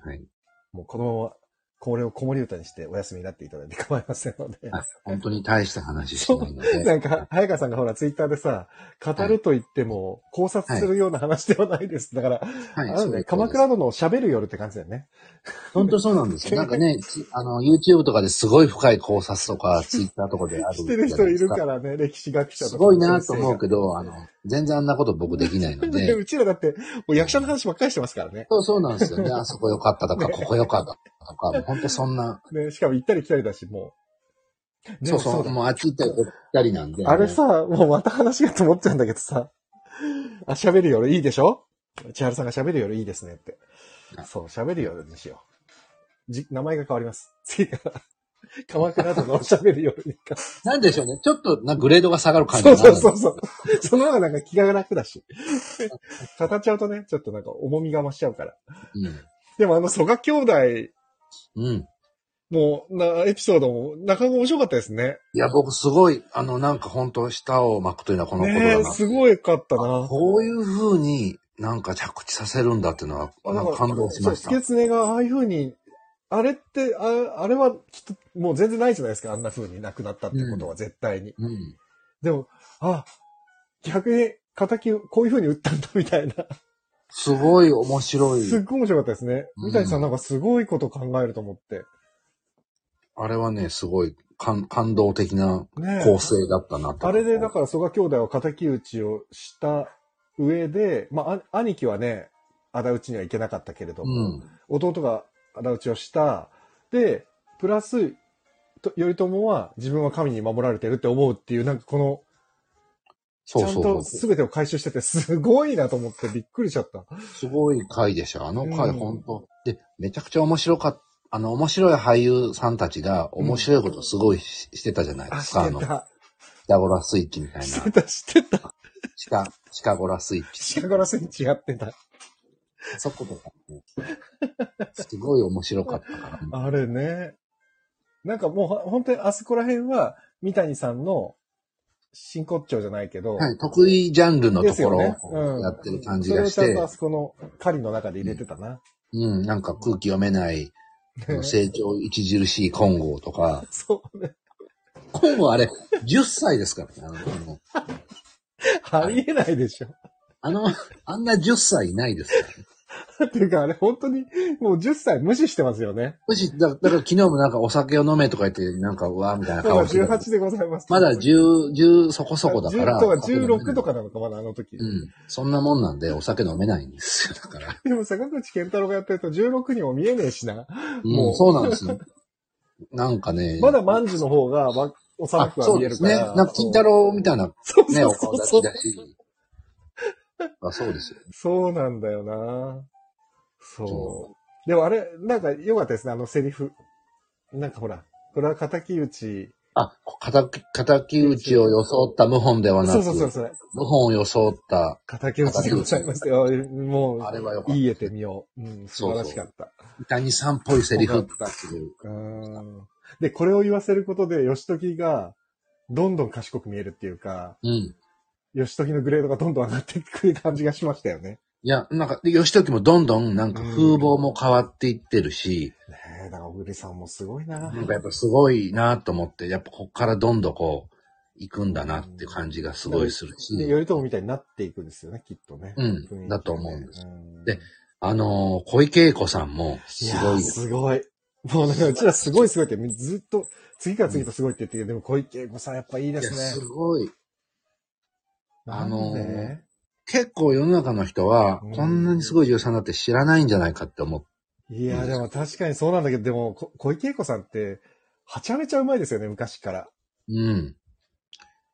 はい。もうこのまま、これを子守歌にしてお休みになっていただいて構いませんので。はい本当に大した話しないので。なんか、早川さんがほら、ツイッターでさ、語ると言っても、考察するような話ではないです。だから、はい、あのそうでね、す鎌倉殿を喋る夜って感じだよね。本当そうなんですよ。なんかね、つあの、YouTube とかですごい深い考察とか、Twitter とかである知っじゃてなるいです。人いるからね、歴史学者とか。すごいなと思うけど。ど、あの、全然あんなこと僕で きないので、で。うちらだって、もう役者の話ばっかりしてますからね。そうそうなんですよね。あそこ良かったとか、ここ良かったとか、もう本当そんな、ね、しかも行ったり来たりだし、もう。そうそう、だもうあっち行ったりこっち行ったりなんで。あれさ、もうまた話がと思っちゃうんだけどさ、あ、喋る夜いいでしょ千春さんが喋る夜いいですねって。そう、喋る夜にしよう。じ、名前が変わります。 次から、鎌倉殿の喋る夜に 変なんでしょうね。ちょっと、な、グレードが下がる感そうじがあそうそうるそう。その方がなんか気が楽だし。語っちゃうとね、ちょっとなんか重みが増しちゃうから。でもあの、蘇我兄弟うん。うん。も、な、エピソードも、なかなか面白かったですね。いや、僕すごい、あの、なんか本当舌を巻くというのはこのことだねなえ、って。すごいかったな。こういう風になんか着地させるんだっていうのは、なんか感動しました。そう、スケツネがああいう風に、あれって、ああれはきっともう全然ないじゃないですか。あんな風になくなったってことは絶対に。うん。でも、あ、逆に敵をこういう風に打ったんだみたいな。すごい面白すっい。ごい面白かったですね。うん三谷さんなんかすごいこと考えると思って。あれはね、すごい感感動的なねえ構成だったなってあれでだから蘇我兄弟は敵討ちをした上で、まあ、あ兄貴はね、仇討ちには行けなかったけれどうも、ん。弟が仇討ちをした。で、プラス、と頼朝は自分は神に守られてるって思うっていう、なんかこの、ちそゃうんそうとそう。全てを回収してて、すごいなと思ってびっくりしちゃった。すごい回でした。あの回、うんほんと。で、めちゃくちゃ面白かった。あの、面白い俳優さんたちが面白いことすごいししてたじゃないであ、すしか。あての、ピた。タゴラスイッチみたい な。してた、してた。シカ、シカゴラスイッチ。シカゴラスイッチやってた。そことかも。すごい面白かったから。あれね。なんかもうほ本当にあそこら辺は、三谷さんの真骨頂じゃないけど、はい、得意ジャンルのとですよころねをやってる感じそれがをしちゃて、んとあそこの狩りの中で入れてたな。、うん、なんか空気読めない、あの成長著しい金剛とか そうね。金剛あれ、10歳ですからね。あの、ありえないでしょ。あの、あんな10歳いないですからね。っていうか、あれ本当にもう10歳無視してますよね。もし、だだから昨日もなんかお酒を飲めとか言って、なんかうわーみたいなま顔だしてたけど。 18でございます。まだ10、10そこそこだか10ら。とか16とかなのか、まだあの時。うん。そんなもんなんでお酒飲めないんですよ。だから。でも坂口健太郎がやってると16にも見えねえしな。ももううそうなんですよ。なんかね。まだ万事の方がわ幼あくそはう見えでるすかね。ら。なんか金太郎みたいなそうね、そおうそ顔う立そうち。だし。あそうですよ。そうなんだよなそそう。でもあれ、なんか良かったですね、あのセリフ。なんかほら、これは敵討ち。あ、敵、敵討ちを装った謀反ではなそく、うそうそう、それ。謀反を装った、敵討ちでございましたよ。もう、あれはよかった言い得てみよう。うん、素晴らしかった。三谷さんっぽいセリフよかったうんで、これを言わせることで、義時が、どんどん賢く見えるっていうか、うん。い義時のグレードがどんどん上がってくる感じがしましたよね。や、なんか、で義時もどんどんなんか風貌も変わっていってるし、ねえ、だから小栗さんもすごいななんかやっぱすごいなと思って、やっぱこっからどんどんこう、行くんだなっていう感じがすごいするし。で、頼朝みたいになっていくんですよね、きっとね。うん雰囲気がねだと思うんですんであのー小池栄子さんも、いすやごーい。すごい。もうなんか、うちらすごいすごいって、ずっと、次から次とすごいって言ってるけど、でも小池栄子さんやっぱいいでいやすすね。ごい。あのーなんで結構世の中の人は、うんこんなにすごい女優さんだって知らないんじゃないかって思って。いやー、でも確かにそうなんだけど、でも、こ小池栄子さんって、はちゃめちゃうまいですよね、昔から。うん。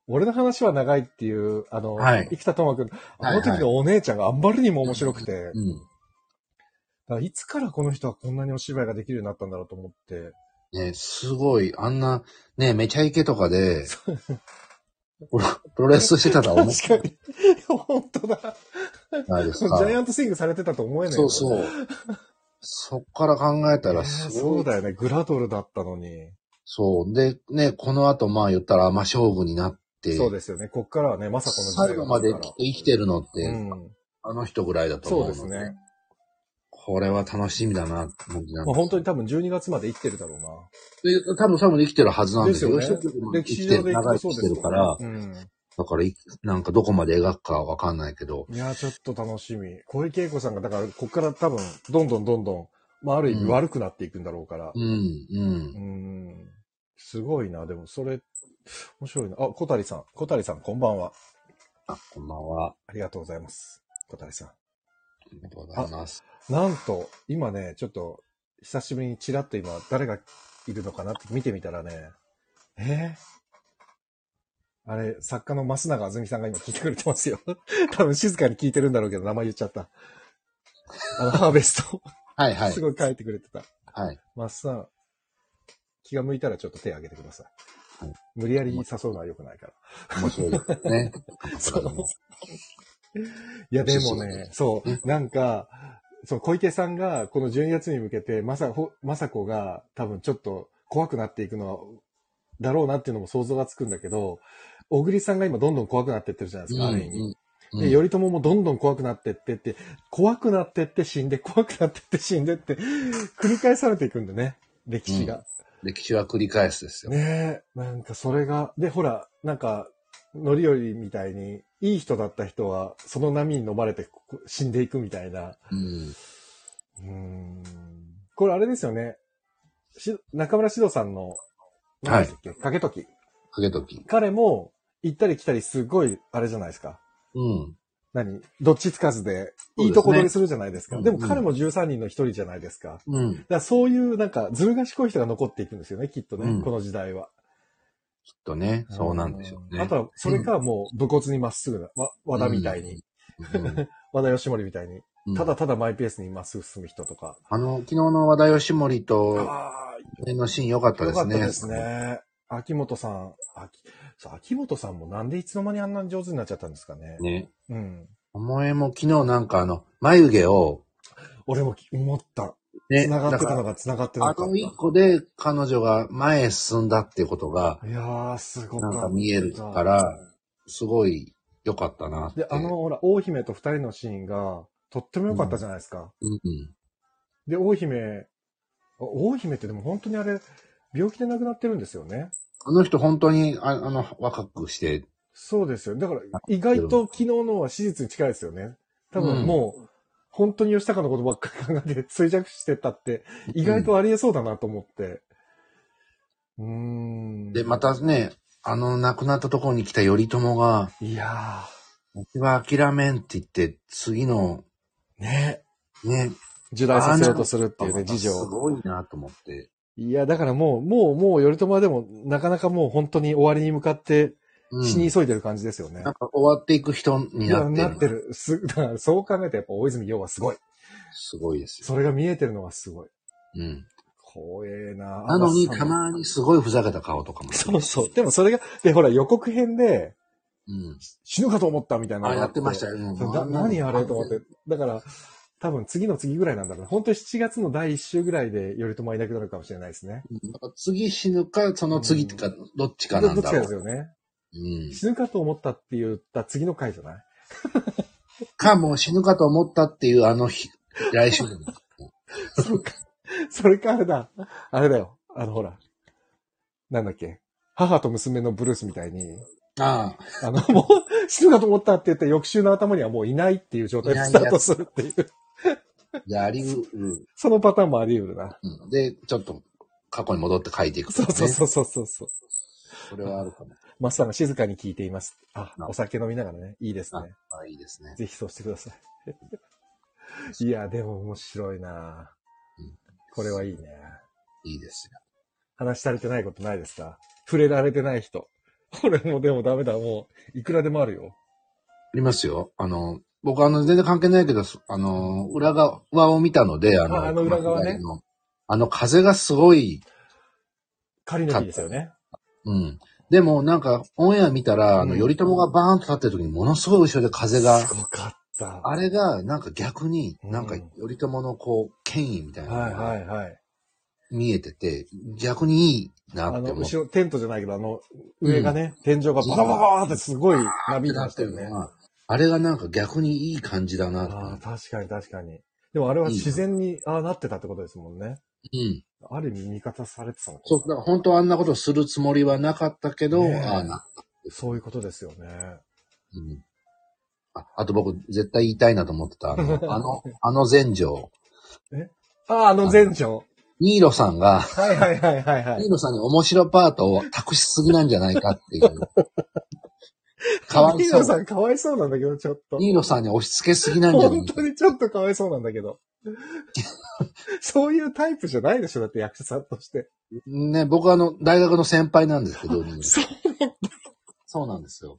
俺の話は長いっていう、あの、はい生田斗真君、あのはいは時いのお姉ちゃんがあんまりにも面白くて、だうん。からいつからこの人はこんなにお芝居ができるようになったんだろうと思って、ね、すごい、あんな、ね、めちゃイケとかで、プロプロレスしてたら思っ確かに、 本当だ。たないです ジか。ャイアントスイングされてたと思えないそうう。そう。そっから考えたらねすえごい。そうだよね、グラドルだったのに。そう。で、ね、この後、まあ言ったら、まあ勝負になって、そうですよね、こっからはね、まさこの時代最後まできっと生きてるのって、うん、あの人ぐらいだとそう思うのでで。すね。これは楽しみだな、って感じなんまあ、で本当に多分12月まで生きてるだろうな。で、多分多分生きてるはずなんですよ。ですよね吉本も生歴き史て上る、でいく長と生そうきしですてるかからら。、うん。だからい、なんかどこまで描くかわかんないけど、いやー、ちょっと楽しみ。小池栄子さんが、だから、こっから多分、どんどんどんどん、まあ、ある意味うん悪くなっていくんだろうから。う、うんうー。んん。すごいな。でも、それ、面白いな。あ、小谷さん。小谷さん、こんばんは。あ、こんばんは。ありがとうございます。小谷さありがとうございます。ん。なんと、今ね、ちょっと、久しぶりにちらっと今、誰がいるのかなって見てみたらね、えー、あれ、作家の増永あずみさんが今聞いてくれてますよ。多分静かに聞いてるんだろうけど、名前言っちゃった。あの、ハーベスト。はいはいす。ごい書いてくれてた。はい。マッサン、気が向いたらちょっと手挙げてください。はい無理やり誘うのは良くないから。面白 いですね。そうこれもいや、でもそうそうね、そう、なんか、そう、小池さんが、この12月に向けて、まさ、ほまさこが、多分ちょっと怖くなっていくのは、だろうなっていうのも想像がつくんだけど、小栗さんが今どんどん怖くなってってるじゃないですか、ある意味。うんで、頼朝もどんどん怖くなってってって、怖くなってって死んで、怖くなってって死んでって、繰り返されていくんでね、歴史が。歴史は繰り返すですよ。ねえ、なんかそれが、で、ほら、なんか、のりよりみたいに、いい人だった人は、その波に飲まれてここ死んでいくみたいな。うん。うーん。これあれですよね。し中村獅童さんの、何でしたっけ、かけとき。かけとき。彼も、行ったり来たりすごい、あれじゃないですか。うん。何どっちつかずで、いいとこ取りするじゃないですか。そうでですねも彼も13人の一人じゃないですか。うんだ。からそういうなんか、ずる賢い人が残っていくんですよね、きっとね、うんこの時代は。きっとね、そうなんでしょうね。あとは、それかもう、武骨にまっすぐな、わ和田みたいに、和田義盛みたいに、うんただ、ただマイペースにまっすぐ進む人とか。あの、昨日の和田義盛と、あのシーン良かっあ、たよでかっすね。たですね。秋元さん、秋、そう、秋元さんもなんでいつの間にあんなに上手になっちゃったんですかね。ね。うん。思えも昨日なんかあの、眉毛を、俺もき思った。ね、繋がっだてたかのが繋がってら、なあかっの一個で彼女が前へ進んだっていうことがた。、いやー、すごかっなたんか見えるから、すごい良かったなって。で、あの、ほら、大姫と二人のシーンが、とっても良かったじゃないですか。うんうん、で、大姫、あ大姫ってでも本当にあれ、病気で亡くなってるんですよね。あの人本当に、ああの、若くして、そうですよ。だから、意外と昨日のは史実に近いですよね。多分もう、本当に吉高のことばっかり考えて 衰弱してたって、意外とありえそうだなと思って。うーん。で、ま。たね、あの亡くなったところに来た頼朝が、いや私は諦めんって言って、次の、ー、ね。ね、受断させようとするっていうね、事す情。ごいなと思って。いや、だからもう、もう、もう、頼朝はでも、なかなかもう本当に終わりに向かって、うん死に急いでる感じですよね。なんか終わっていく人にいやなってる。なってる。す、 だからそう考えてやっぱ大泉洋はすごい。すごいですよ。それが見えてるのがすごい。うん。怖えななのに、あたまにすごいふざけた顔とかも。そうそう。でもそれが、で、ほら予告編でうん。死ぬかと思ったみたいなのがあ、って。やってましたよ。そうなな何あれと思って。。だから、多分次の次ぐらいなんだろうね。本当に7月の第1週ぐらいで頼朝はいなくなるかもしれないですね。うんだから次死ぬか、その次か、どっちかどなっんちだかろですう。よね。うん。死ぬかと思ったって言った次の回じゃないか、もう死ぬかと思ったっていう、あの日、来週の。それか、 それかあれだ。あれだよ。あのほら。なんだっけ。母と娘のブルースみたいに、ああ の、もう、死ぬかと思ったって言って、翌週の頭にはもういないっていう状態でスタートするっていう。あ、じゃあ、ありうる。そのパターンもあり得るな。うんで、ちょっと、過去に戻って書いていくとそかうね。そうそうそうそうそう。それはあるかも。マスさんが静かに聞いています。あ、なお酒飲みながらね。いいですね。あいいですね。ぜひそうしてください。 いや、でも面白いなうんこれはいいね。いいですよ。話しされてないことないですか触れられてない人。これもでもダメだ。もう、いくらでもあるよ。ありますよ。あの、僕あの、全然関係ないけど、そあの、裏側を見たので、あの、ああの裏側ねあの。あの風がすごい、仮の日ですよね。うん。でもなんか、オンエア見たら、あの、うん頼朝がバーンと立ってる時にものすごい後ろで風が、すごかった。あれが、なんか逆に、なんか、うん頼朝のこう、権威みたいなはいのはがいはい。見えてて、逆にいいなあっての、思う。後ろ、テントじゃないけど、あの、上がね、天井がババババーってすごいなびいてましたよね。ああれがなんか逆にいい感じだなって思ああ、確かに確かに。でもあれは自然に、ああなってたってことですもんね。う。うん。ある意味味方されてたのかそう、だから本当はあんなことするつもりはなかったけど、ねえああな、そういうことですよね。うん。あ、あと僕絶対言いたいなと思ってた、あの、あの、あの前場。ああ、あの前兆。ニーロさんが、はいはいはいはいはニい。ーロさんに面白パートを託しすぎなんじゃないかっ ていう。かわいニーそロさう。んかわいそうなんだけど、ちょっと。ニーロさんに押し付けすぎなんじゃな本いか当。にちょっとかわいそうなんだけ ど。そういうタイプじゃないでしょ、だって役者さんとして。ね、僕はあの、大学の先輩なんですけ ど、ニーロそう。そうなんですよ。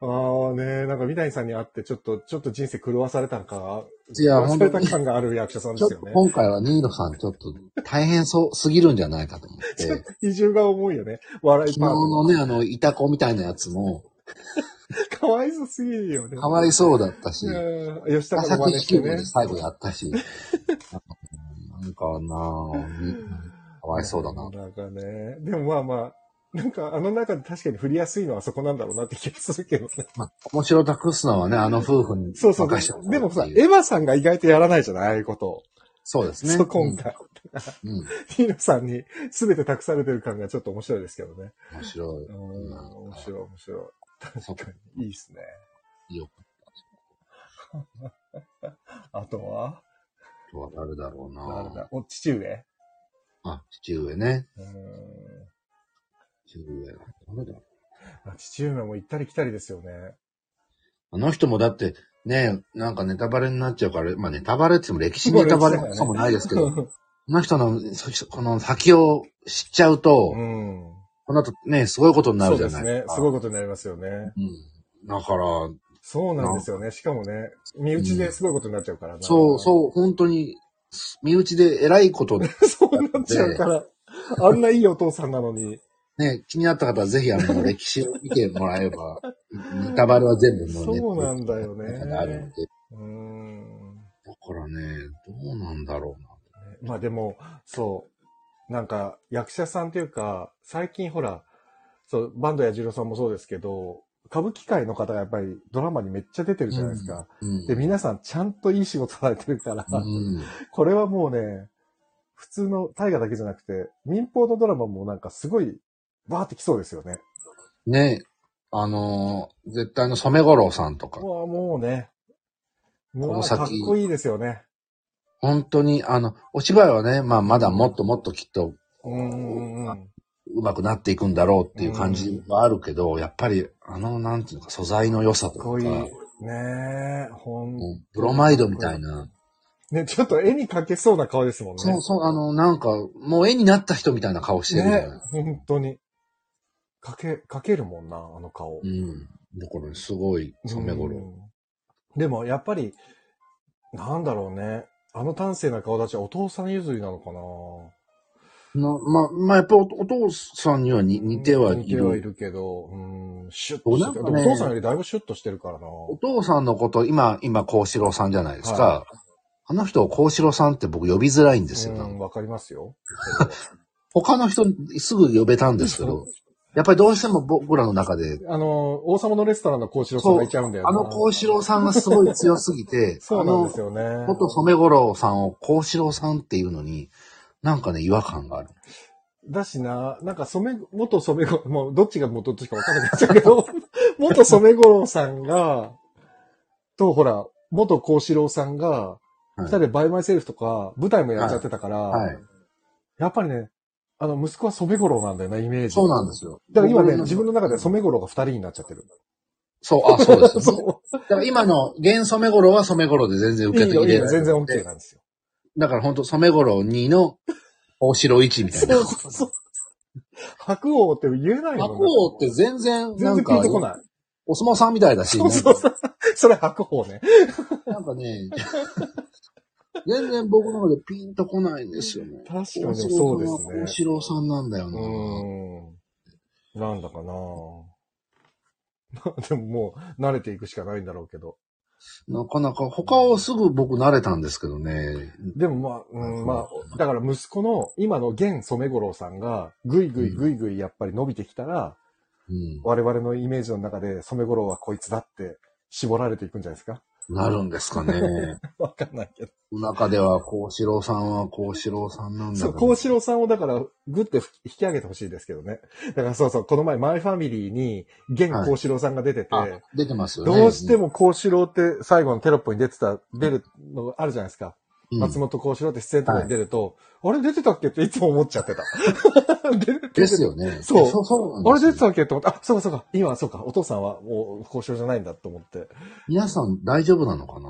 ああね、なんか三谷さんに会って、ちょっと、ちょっと人生狂わされたのか、いや、忘本れ当たに。ち感がある役者さんでょっすとよね。今回はニーロさんちょっと大変そうすぎるんじゃないかと思って。 ちょっ昨と比重が重いよね。笑い日パート。のね、あの、いた子みたいなやつも、かわいそうすぎるよね。かわいそうだったし、うん吉高の朝真日似し支て部ねで。最後やっ たし、なんかなぁ、かわいそうだな。なんかね。でもまあまあ、なんかあの中で確かに振りやすいのはそこなんだろうなって気がするけどね。まあ、面白託すのはね、あの夫婦にそうそう。任せてでもさ、えエヴァさんが意外とやらないじゃないああいうことを。そうですね。そう、今回。うん。うんヒーローさんに全て託されてる感がちょっと面白いですけどね。面白い。うん、面白い、面白い。そ確うかに。いいですね。よあとはくわかるだろうな誰だお、父上あ、父上ね。うん。父上。誰だまあ、父上も行ったり来たりですよね。あの人もだって、ね、なんかネタバレになっちゃうから、まあネタバレって言っても歴史ネタバレかもないですけど、この人の、そこの先を知っちゃうと、うん。この後ね、すごいことになそるうじゃでなすいねで。すすか。ごいことになりますよね。うん。だから、そうなんですよね。しかもね、身内ですごいことになっちゃうからな。そう、そう、本当に、身内で偉いことで、う。 そうなっちゃうから。あんないいお父さんなのに。ね、気になった方はぜひあ の、歴史を見てもらえば、ネタバレは全部もうネそうなんだよね中であるんで。うん。だからね、どうなんだろうな。まあでも、そう。なんか、役者さんというか、最近ほら、そう、バンドや次郎さんもそうですけど、歌舞伎界の方がやっぱりドラマにめっちゃ出てるじゃないですか。うん。で、皆さんちゃんといい仕事されてるから、うん。これはもうね、普通の大河だけじゃなくて、民放のドラマもなんかすごい、バーってきそうですよね。ね、あのー絶対あの染五郎さんとか、もうもうね、もこうのか先っこいいですよね。本当にあの、お芝居はね、まあまだもっともっときっとうんうんうん。上手くなっていくんだろうっていう感じはあるけど、やっぱりあの、なんていうのか、素材の良さかとっか、こいい。ねえ、ほんもうブロマイドみたいな、ね、ちょっと絵に描けそうな顔ですもんね。そうそう、あの、なんか、もう絵になった人みたいな顔してるじゃないね、本当に。かけ、かけるもんな、あの顔。うん。だから、すごい、染五郎。うんでも、やっぱり、なんだろうね。あの端正な顔立ちはお父さん譲りなのかななまあ、まあ、やっぱお、お父さんにはに似てはいる。似てはいるけど、うん、シュッとおしなてんかる。ねでもお父さんよりだいぶシュッとしてるからな。お父さんのこと、今、今、幸四郎さんじゃないですか。はあの人を幸四郎さんって僕呼びづらいんですよ。うなんん、かわかりますよ。他の人すぐ呼べたんですけど、やっぱりどうしても僕らの中で、あの、王様のレストランの幸四郎さんがいちゃうんだよな。、あの幸四郎さんがすごい強すぎて そうなんですよね。あの、元染五郎さんを幸四郎さんっていうのに、なんかね、違和感がある。だしな、なんか染め、元染めご、もうどっちが元どっちか分からなくなっちゃうけど、 元染め五郎さんが、と、ほら、元幸四郎さんが、い二人でバイマイセルフとか、舞台もやっちゃってたから、はい。やっぱりね、あの、息子は染五郎なんだよな、イメージ。そうなんだ。ですよ。だから今ね、僕自分の中で染五郎が二人になっちゃってる。そう、あ、 そうで す、ね。そだから今の、現染五郎は染五郎で全然う。い受けいてよ、入いいれらよ、れ全然る OK なんですよ。だから本当染五郎2の、大城1みたいなそ。うそうそう。白鵬って言えないもん白ね鵬って全然、な全ん然か聞いてこない。お相撲さんみたいだし、そうそうそう。それ白鵬ね。なんかね、全然僕の中でピンとこないんですよね。確かにそうですね大城さんなんだよな。うん。なんだかな まあでももう慣れていくしかないんだろうけど。なかなか、他をすぐ僕慣れたんですけどね。でもまあ、うん、まあ、だから息子の今の現染五郎さんがぐいぐいぐいぐいやっぱり伸びてきたら、うん。我々のイメージの中で染五郎はこいつだって絞られていくんじゃないですか なるんですかね。わかんないけど。中では、幸四郎さんは幸四郎さんなんだそう、から幸四郎さんをだから、ぐって引き上げてほしいですけどね。だからそうそう、この前、マイファミリーに、現はい幸四郎さんが出てて、あ出てますよね。どうしても幸四郎って最後のテロップに出てた、出るのがあるじゃないですか。うん、松本幸四郎って出演とかに出ると、あれ出てたっけっていつも思っちゃ ってた。でですよね。そうそう、そうあなんれですよ出てたっけって思って、あ、そうかそうか、今はそうか、お父さんはもう幸四郎じゃないんだと思って。皆さん大丈夫なのかな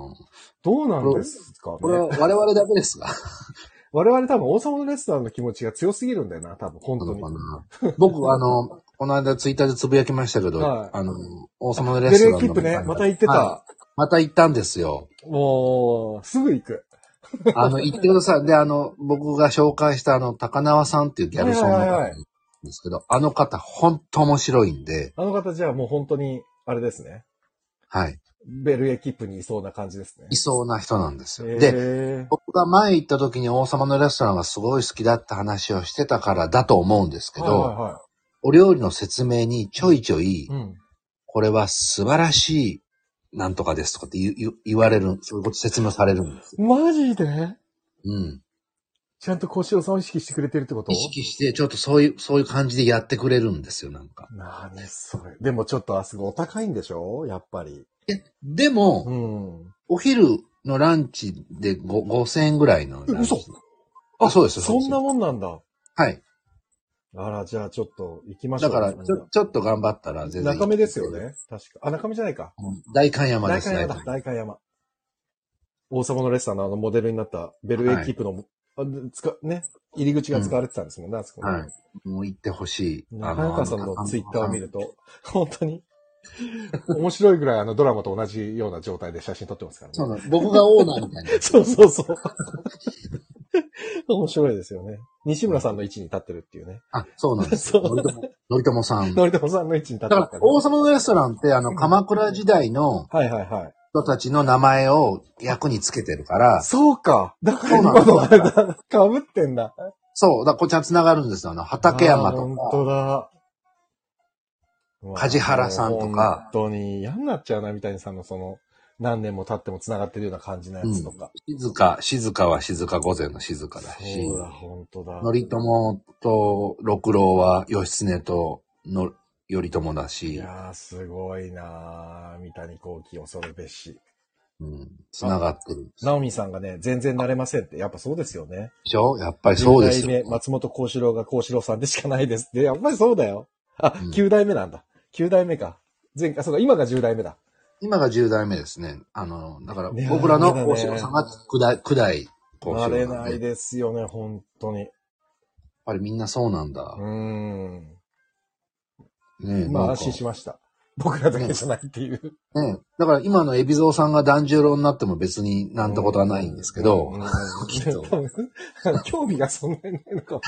どうなんですかこれはね。我々だけですが。我々多分王様のレストランの気持ちが強すぎるんだよな、多分、 本な当のにか。な僕、あの、この間ツイッターでつぶやきましたけど、はいあの、王様のレベストレラーンキのップね、また行ってた。はいまた行ったんですよ。もう、すぐ行く。あの、行ってください。で、あの、僕が紹介したあの、高輪さんっていうギャルソンのはいはい方はいなんですけど、あの方、ほんと面白いんで、あの方じゃあもう本当に、あれですね。はい。ベルエキップにいそうな感じですねい。そうな人なんですよ。で、で、僕が前行った時に王様のレストランがすごい好きだって話をしてたからだと思うんですけど、はいはいはお料理の説明にちょいちょい、いうん。これは素晴らしいなんとかですとかって言う言う言われる、そういうこと説明されるんですよ。マジでうん。ちゃんと腰をさんを意識してくれてるってこと意識して、ちょっとそういう、そういう感じでやってくれるんですよ、なんか。なにそれ。でもちょっとあすごいお高いんでしょやっぱり。でも、うん。お昼のランチでご5000円ぐらいのランチ。嘘あ、そうですよそんなうでもんなんだ。すよはい。あら、じゃあちょっと行きましょだう。から、ちょ、ちょっと頑張ったら全然。中目ですよ。ね。確か。あ、中目じゃないか。大観山で大す観ね。山だ。大観山。王様のレストランのあのモデルになったベルエキープの、あでつか、ね、入り口が使われてたんですもんね、あそこね。はい。もう行ってほしい。中川さんのツイッターを見る。ると、 本当に、面白いぐらいあのドラマと同じような状態で写真撮ってますからね。そうなの僕がオーナーみたいな。 そうそうそう。 面白いですよね。西村さんの位置に立ってるっていうね。あ、そうなんです。そうのりとも、のりともさん。だのりともさんの位置に立ってか、るから王様のレストランって、あの、鎌倉時代のら。はいはいはい。人たちの名前を役につけてるから、そうか。だからそうな今んだのあれだ。かぶってんだ。そう、だからこっちは繋がるんですよ。あの、畠山あーと本か、当だ。うわ梶原さんとか。もう本当に嫌になっちゃうな、みたいにさんのその、何年も経っても繋がってるような感じのやつとか。静か、静かは静か午前の静かだし、そうだ、本当だ。のりともと六郎は義経との、頼朝だいし、やー、すごいなー。三谷幸喜恐るべし。うん、繋がってる。ナオミさんがね、全然慣れませんって、やっぱそうですよね。でしょやっぱりそうです九よ。代目、松本幸四郎が幸四郎さんでしかないですって、やっぱりそうだよ。あ、うん9代目なんだ。9代目か。前回、そうか、今が10代目だ。今が10代目ですね。あの、だから、ね僕らのね大城さんが九代、九代幸慣四れ郎なんなで。いやっですよね、本当に。ぱりみんなそうなんだう。ーん。ねえ、まあ、なん安か心しました。僕らだけじゃないっていう。ねえだから今の海老蔵さんが團十郎になっても別になんてことはないんですけど、うん、 きっと多分 興味がそんなにないのかも。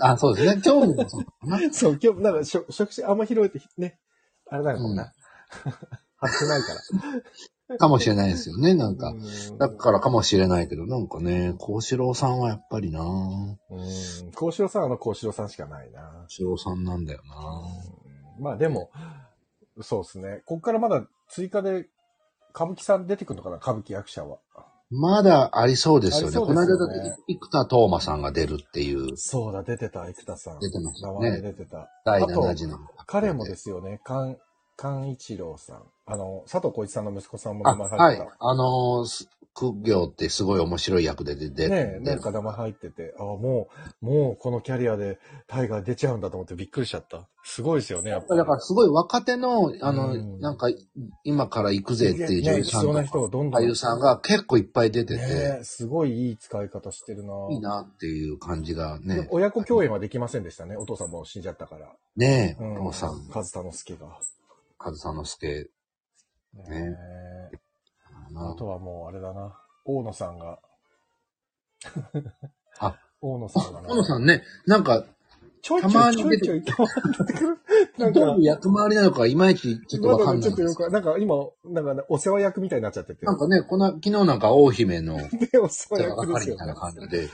あ、そうですね。興味もそうなの かそう、興味、なんか、職職種あんま広いって、ね。あれだよ、こんな。発ってないから。なかもしれないですよね、なんか。うんだからかもしれないけど、なんかね、幸四郎さんはやっぱりな幸うん。幸四郎さんはあの幸四郎さんしかないな。四郎さんなんだよなまあでも、そうですね。こっからまだ追加で歌舞伎さん出てくるのかな歌舞伎役者は。まだありそうですよね。ありそうでこのす間よねだって、生田斗真さんが出るっていう、そうだ、出てた、生田さん。出てましたね名前出てた。第あと7次の。彼もですよね、菅、菅一郎さん。あの、佐藤浩一さんの息子さんもあ、名前入はっていた。。あのー、す苦行ってすごい面白い役で出て、ねえ、出なるんか名前入ってて、あもう、もうこのキャリアでタイガー出ちゃうんだと思ってびっくりしちゃった。すごいですよね、やっぱり。だからすごい若手の、あの、うんなんか、今から行くぜっていう女ね優さん必要な人とをどんか、どん。俳優さんが結構いっぱい出てて、ねえ、すごいいい使い方してるないいなっていう感じがでもね、親子共演はできませんでしたね。お父さんも死んじゃったから。ねえ、うお父さん、カズタノスケが。カズサノスケねえかあな。とはもうあれだな。大野さんが。あ 大野さんがあ、な。小野さんね、なんか、ちょいちたまょいにちょ出いてちょい出てくる。なんかどういう、役回りなのかいまいちちょっとわかんないちょっとよくわなんか今、なんかね、お世話役みたいになっちゃってて。なんかね、この、昨日なんか大姫の、で、お世話ば役かでりすみよたいなね。感じ で、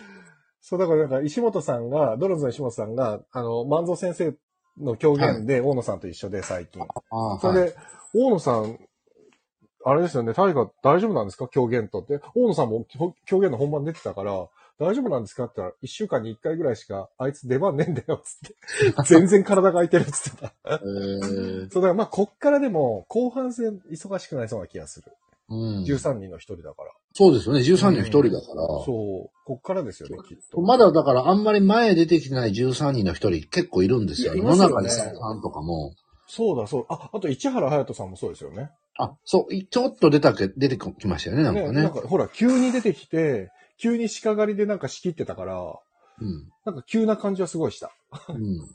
そう、だからなんか石本さんが、ドロズの石本さんが、あの、万蔵先生の狂言で大野さんと一緒で最近。あーそはいれで、大野さん、あれですよね、大河大丈夫なんですか狂言とって。大野さんも狂狂言の本番出てたから、大丈夫なんですかって言ったら、一週間に一回ぐらいしか、あいつ出番ねえんだよ、つ って。全然体が空いてる、つってた。えーそうだから、まあ、こっからでも、後半戦忙しくなりそうな気がする。うん13人の一人だから。そうですよね、13人の一人だから、そう、こっからですよね、きっと。まだだからあんまり前出てきてない13人の一人結構いるんですよ。いやいま世のすよね中にさんとかも。そうだ、そうだ。あ、あと市原隼人さんもそうですよね。あ、そう、いちょっと出たけ、出てきましたよね、なんかね。なんか、ほら、急に出てきて、急に鹿狩りでなんか仕切ってたから、うん。なんか急な感じはすごいした。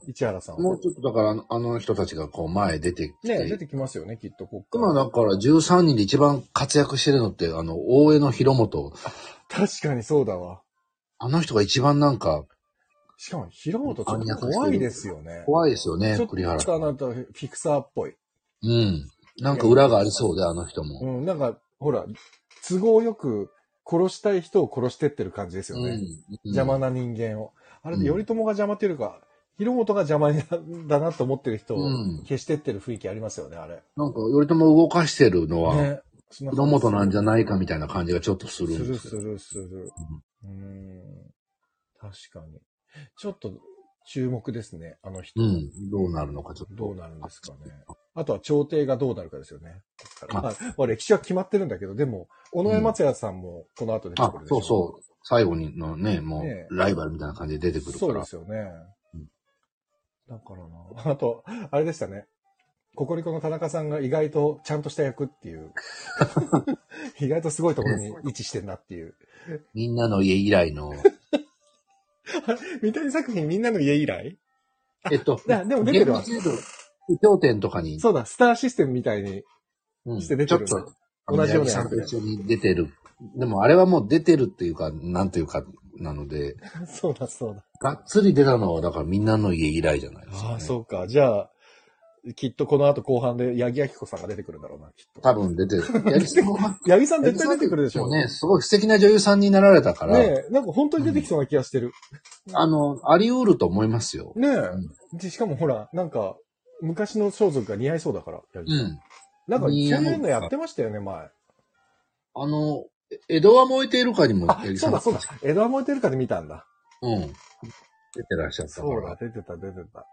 市原さんうん。は。もうちょっとだからあの、あの人たちがこう前出てきね、出て。てきますよね、きっと、こっから。今だから13人で一番活躍してるのって、あの、大江の広本。確かにそうだわ。あの人が一番なんかしかも、平本ちょっと怖いですよね。怖いですよねちょ、栗原っさとあん。なた、フィクサーっぽい。うん。なんか裏がありそうで、あの人うも。ん、なんか、ほら、都合よく殺したい人を殺してってる感じですよね。邪魔なな。人間を。あれうでん頼朝が邪魔っていうか、広本が邪魔だなと 思ってる人をうん消してってる雰囲気ありますよね、あれ。なんか、頼朝を動かしてるのは、ね。そん子本なんじゃなないかみたいな感じがちょっとす感るじんすでるすすよ。るする。うん。確かに。ちょっと注目ですね、あの人。うん。どうなるのかちょっと。どうなるんですかね。あとは朝廷がどうなるかですよね。あまあ、まあ歴史は決まってるんだけど、でも、小野江松也さんもこの後出てあくる、でしょ、そうそう。最後にのね、もねえう、ライバルみたいな感じで出てくるかそうらで。すよねうん。だからな。あ と、あれでしたね。ココリコの田中さんが意外とちゃんとした役って いう。意外とすごいところに位置してんなっていう。みんなの家以来 の、三谷作品みんなの家以来えっと、なでも出てるわ厳密に言うと、頂点とかに、そうだ、スターシステムみたいに。うんして出てるちょっと、同じようなさやんつとで一緒に出てる。でもあれはもう出てるっていうか、なんというか、なので、そうだ、そうだ。がっつり出たのは、だからみんなの家以来じゃないですか、ね。ああ、そうか。じゃあ、きっとこの後後半で八木明子さんが出てくるんだろうな、きっと。多分出てる。八木さんは八木さん絶対出てくる でしょうね。ね、すごい素敵な女優さんになられたから、ねえ、なんか本当に出てきそうな気がしてる。あの、あり得ると思いますよ。ねえ。でしかもほら、なんか、昔の装束が似合いそうだから、八木うさん。ん。なんか、そう似合ういうのやってましたよね、前。あの、え江戸は燃えているかにも、あ八 木、そさうんだ、そうだ。江戸は燃えてるかで見たんだ。うん。出てらっしゃったかそうだら。、出てた、出てた。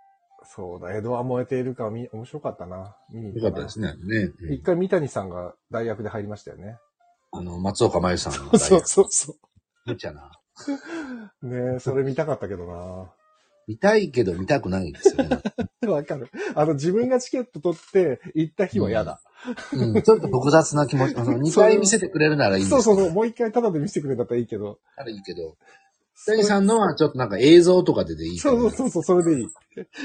そうだ、江戸は燃えているか、み、面白かったな。見に行よかったですね。ね。うん一回三谷さんが代役で入りましたよね。あの、松岡真由さんの大学。 そうそめっちゃな。う。ねえ、それ見たかったけどな。見たいけど見たくないですよね。わかる。あの、自分がチケット取って行った日は嫌だ。うん、ちょっと複雑な 気持ち。あの二回見せてくれるならいいんですそうけそどうそう、もう一回タダで見せてくれたらいいけど。ならいいけど。二人さんのはちょっとなんか映像とかででいいかそらうそうそう、それでいい。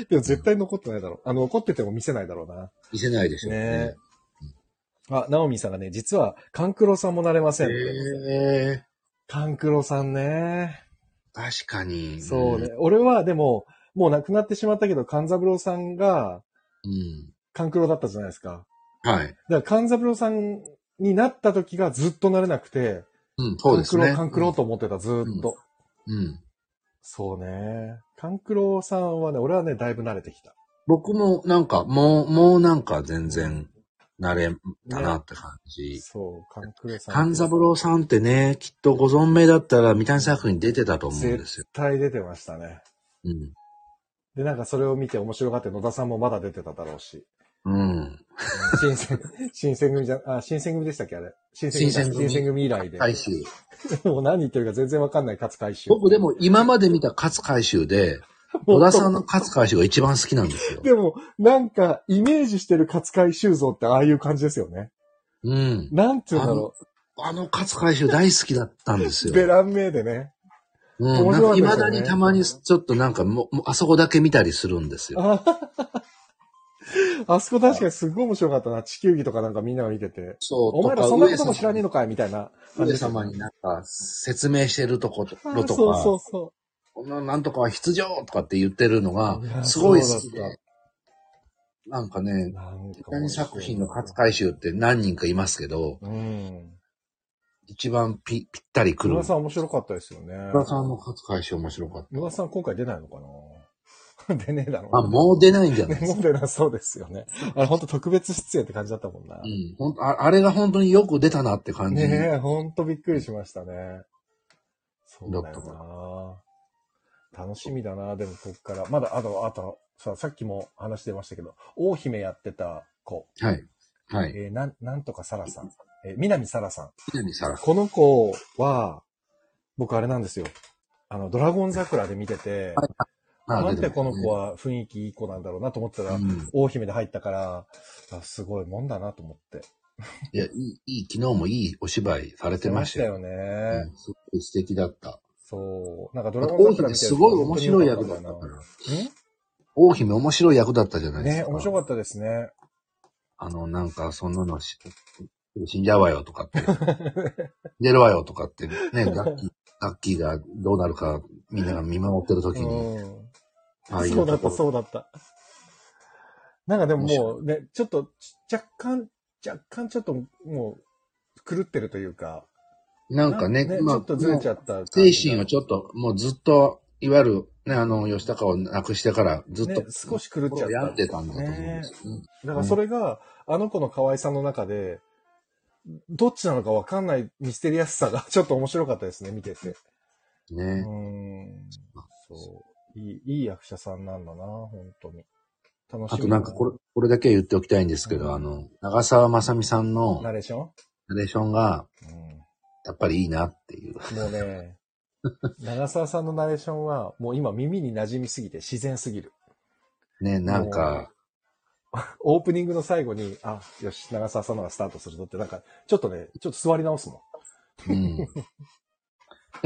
でも絶対残ってないだろう。あの、怒ってても見せないだろうな。見せないでしょうねあ、ナオミさんがね、実は、カンクロさんもなれませんって。へえカンクロさんね。確かに。そうね。。俺は、でも、もう亡くなってしまったけど、勘三郎さんが、うん。カンクロだったじゃないですか。はい。だから、勘三郎さんになった時がずっとなれなくて、うん、そうですカンクね。ロ、カンクロと思ってた、ずーっと。うん。そうね。カンクロさんはね、俺はね、だいぶ慣れてきた。僕もなんか、もう、もうなんか全然慣れたなって感じ。そう、カンクロさん。勘三郎さんってね、きっとご存命だったら三谷作品出てたと思うんですよ。絶対出てましたね。うん。で、なんかそれを見て面白がって野田さんもまだ出てただろうし。うん。新 選、新選組じゃ、あ、新選組でしたっけあれ。新選組。新選組新選組以来で。回収。 もう何言ってるか全然わかんない勝海舟。僕でも今まで見た勝回収で、もう、野田さんの勝回収が一番好きなんです よ。でも、なんか、イメージしてる勝海舟像ってああいう感じですよね。うん。なんて言うんだろあの勝回収大好きだったんですう。よ。ベランメーでね。うん。面なん白かいですよね未だにたまにちょっとなんかもう、もうあそこだけ見たりするんですよ。ああそこ確かにすごい面白かったな。地球儀とかなんかみんなが見てて。そう。お前らそんなことも知らねえのかいみたいな感じ上でしたね。様になんか説明してるとことあろとか、そうそうそこのなんとかは必要とかって言ってるのがいやー、すごい好きそうだっで、なんかねう。、なんか何作品の勝海舟って何人かいますけど、うん。一番ぴぴったりくる。野田さ村ん面白かったですよね。さんの勝海舟面白かっ野田さん今回出ないのかな 出ねえだろうた。な。あ、もう出ないんじゃないですもか。う出なそうですよね。あれ本当特別出演って感じだったもんなう。ん、ほんああれが本当によく出たなって感じ。ねえ、ほんとびっくりしましたね。そうだだったよな。楽しみだな、でもこっから。まだ、あと、あと、さ、さっきも話してましたけど、大姫やってた子、はい。はい。えーなん、なんとかサラさん、えー南サラさん。南さん。この子は、僕あれなんですよ。あの、ドラゴン桜で見てて、なんでこの子は、は雰囲気いい子なんだろうなと思ってたら、うん、大姫で入ったから、あすごいもんだなと思って。いや、いい、いい、昨日もいいお芝居されてましたよ。よね。うんすごい素敵だった。そう。なんかドラあとゴン王桜妃見てすごい面白い役だったかんら。王妃も面白い役だったじゃないですねか。、面白かったですね。あの、なんか、そんなのし死んじゃうわよとかって、 死んでるわよとかって、ね、ガッキー、ガッキーがどうなるかみんなが見守ってる時に、うん。ああいそうだとった、こそうだった。なんかでももうね、ちょっと、若干、若干ちょっともう、狂ってるというか。なんかね、ちょっとずれちゃゃった。精神をちょっょっと、もうずっと、いわゆる、ね、あの、吉高を亡くしてから、ずっと、ね、少し狂っちゃっ。やったてたんだと思うんですよね。だからそれが、あの子の可愛さの中で、どっちなのかわかんないミステリアスさがちょっと面白かったですね、見てて。うーね。ん。そう。いい、いい役者さんなんだな、本当に。楽しみ。あとなんかこれ、これだけは言っておきたいんですけうんど、あの、長澤まさみさんのナレーションナレーションが、うやっぱりいいなっていう。ん。もうね、 長澤さんのナレーションは、もう今耳に馴染みすぎて自然すぎる。ね、なんか、オープニングの最後に、あ、よし、長澤さんのがスタートするぞって、なんか、ちょっとね、ちょっと座り直すもん。うん。で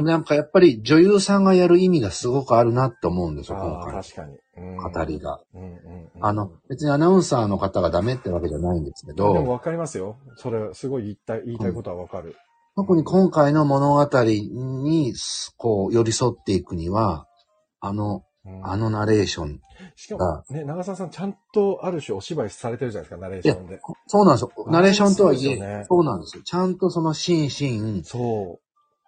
もなんかやっぱり女優さんがやる意味がすごくあるなって思うんですよ、今ああ、回。確かに。うん語り。が。うんうん、うん。あの、別にアナウンサーの方がダメってわけじゃないんですけでもど、わかりますよ。それ、すごい言いたい、言いたいことはわかる。特に今回の物語に、すこう、寄り添っていくには、あの、うんあのナレーション。しかも、ね、長澤さんちゃんとある種お芝居されてるじゃないですか、ナレーションで。そうなんですよ。ナレーションとはいそうですよねえ、そうなんですよ。ちゃんとそのシーンシーン、そ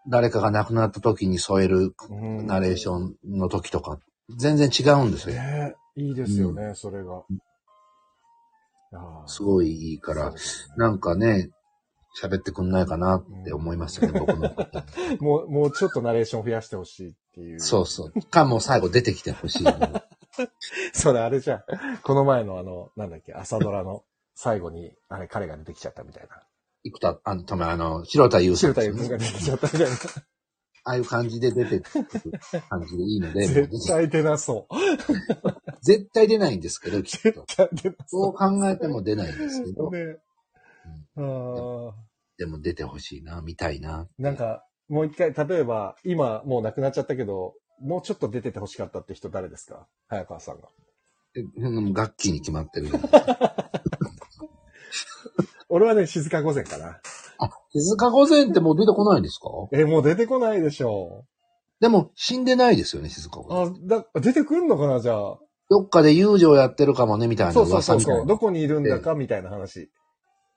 誰かが亡くなった時に添えるう。うんナレーションの時とか、全然違うんですよ。ねいいですよね、それが。ああすごいいいから、なんかね、喋ってくんないかなって思いました ね、僕も。もう、もうちょっとナレーション増やしてほしいっていう。そうそう。か、もう最後出てきて ほしい。それあれじゃん。この前のあの、なんだっけ、朝ドラの最後に、あれ、彼が出てきちゃったみたいな。幾田、あの、たま、あの、白田優白さん田です優君がよね、出てきちゃったみたいな。ああいう感じで出てくる感じでいいので、 絶対出なそう。絶対出ないんですけど、きっと。絶対出なそうそ考えても出ないんですけど う。、ね。ああ。でも出てほしいな、見たいな。なんか、もう一回、例えば、今もう亡くなっちゃったけど、もうちょっと出てて欲しかったって人誰ですか早川さんが。え、うん楽器に決まってる。 俺はね、静か午前かな。あ、手塚御前ってもう出てこないんですかえ、もう出てこないでしょでも死んでないですよね、手塚御前。あ、だ、出てくんのかなじゃあ。どっかで遊女やってるかもね、みたいなそうそう噂そうみたそ。いうなど。こにいるんだかみたいな話。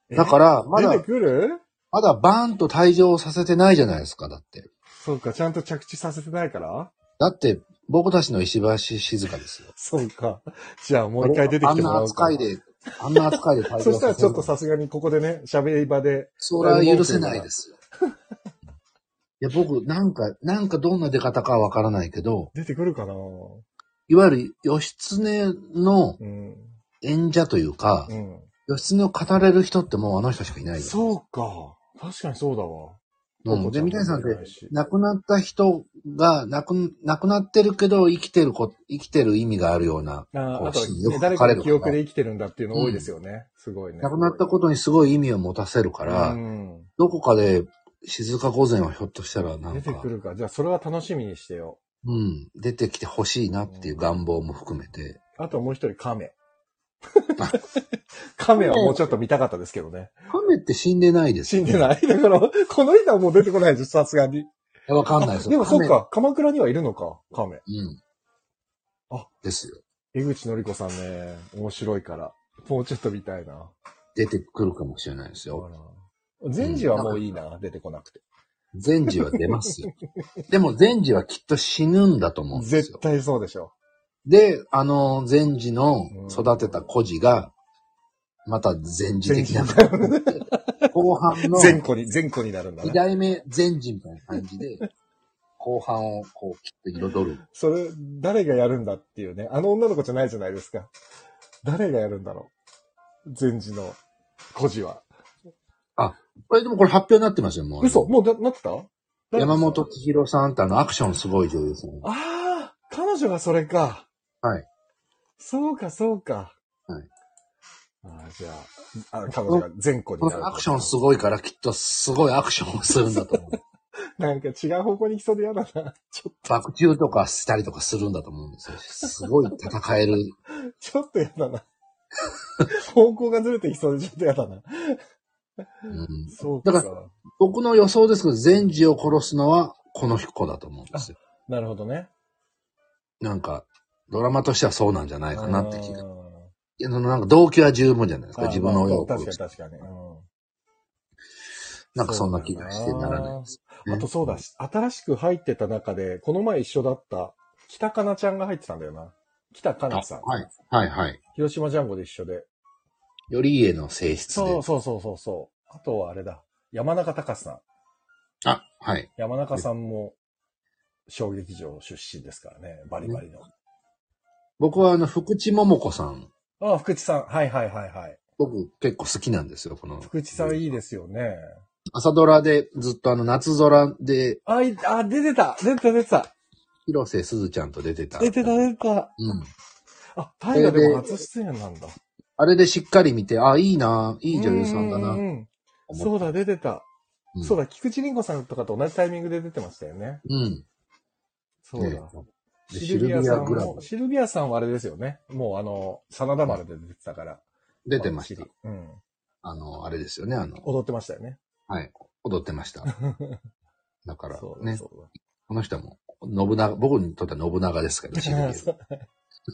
えだから、ま出だて、くるまだバーンと退場させてないじゃないですか、だって。そうか、ちゃんと着地させてないからだって、僕たちの石橋静かですよ。そうか。じゃあもう一回出てあきてんもらなおうか。扱いで、あんな扱いで退場させそるしたらちょっとさすがにここでね、喋り場で。それは許せ ないですよ。いや、僕、なんか、なんかどんな出方かわからないけど、出てくるかなはいわゆる、義経のうん。演者というかう、ん。義経を語れる人ってもうあの人しかいないよ。そうか。確かにそうだわ。うん。で、三谷さんっとて、亡くなった人が、亡く、亡くなってるけど、生きてるこ、生きてる意味があるような、あーこうあとシーンよ、く誰書かかれのる記か憶らで。生きてるんだっていうの多いですよね。すごいね。亡くなったことにすごい意味を持たせるかとら、うん。どこかで、静か御前はひょっとしたら、な出んてかく、るか。じゃあ、それは楽しみにしてよ。うん、出てきてほしいなっていう願望も含めて、あともう一人、亀。 亀はもうちょっと見たかったですけどね。亀って死んでないです死よんね、でない。だから、この人はもう出てこないでしょ、さすがに。いやわかんないですでも、そっ。か。鎌倉にはいるのか、亀。亀うん。あですよ。江口のり子さんね、面白いから。もうちょっと見たいな。出てくるかもしれないですよ。善治はもういいな、出てこなくて。善治は出ますよ。 でも善治はきっと死ぬんだと思うんです絶よ。対そうでしょ。で、あの、善治の育てた孤児が、また善治的な善感じで、 後半の前後に、前後になるんだ二ね。代目善治みたいな感じで、後半をこうきっと彩る。それ、誰がやるんだっていうね。あの女の子じゃないじゃないですか。誰がやるんだろう。善治の孤児は。これでもこれ発表になってますよ、もう。嘘もうだなってた山本千尋さんってあのアクションすごい女優さん。ああ、彼女がそれか。はい。そうか、そうか。はい。ああ、じゃあ、あ彼女が前後にこなる。のアクションすごいからきっとすごいアクションをするんだと思う。 なんか違う方向に行きそうで嫌だな。 ちょっ爆中とかしたりとかするんだと思うんですよ。すごい戦える。と、ちょっと嫌だな。 方向がずれていきそうでちょっと嫌だな。うん、そうか。だ僕の予想ですけど、善治を殺すのはこの子だと思うんですよ。なるほどね。なんか、ドラマとしてはそうなんじゃないかなって気が。いうんや、そのなんか動機は十分じゃないですか。あ自分の親をまあ殺確かにす。確かに。うんなんかそんな気がしてならないです、ねあとそうだ。し、新しく入ってた中で、この前一緒だった、北かなちゃんが入ってたんだよな。北かあなさん。はい。はいはい。広島ジャンゴで一緒で。より家の性質で。そうそうそうそうそう。あとはあれだ。山中隆さん。あ、はい。山中さんも、小劇場出身ですからね。バリバリの。僕はあの、福地桃子さん。ああ、福地さん。はいはいはいはい。僕結構好きなんですよ、この。福地さんいいですよね。朝ドラでずっとあの、夏空で、あ、いあ、出てた出てた出てた広瀬すずちゃんと出てた。出てた出てたうん。あ、大河でも初出演なんだ。あれでしっかり見て、あ、いいな、いい女優さんだうな。んうんそうだ、出てた。うんそうだ、菊池凛子さんとかと同じタイミングで出てましたよね。うん。そうねだ。でシルビアさんシルビアグラブも、シルビアさんはあれですよね。もうあの、真田丸で出てたから。出てました。。うん。あの、あれですよね、あの、踊ってましたよね。はい。踊ってま した。だからそ、うだね、そうこの人はもう、信長、僕にとっては信長ですけど、シルビアだ そう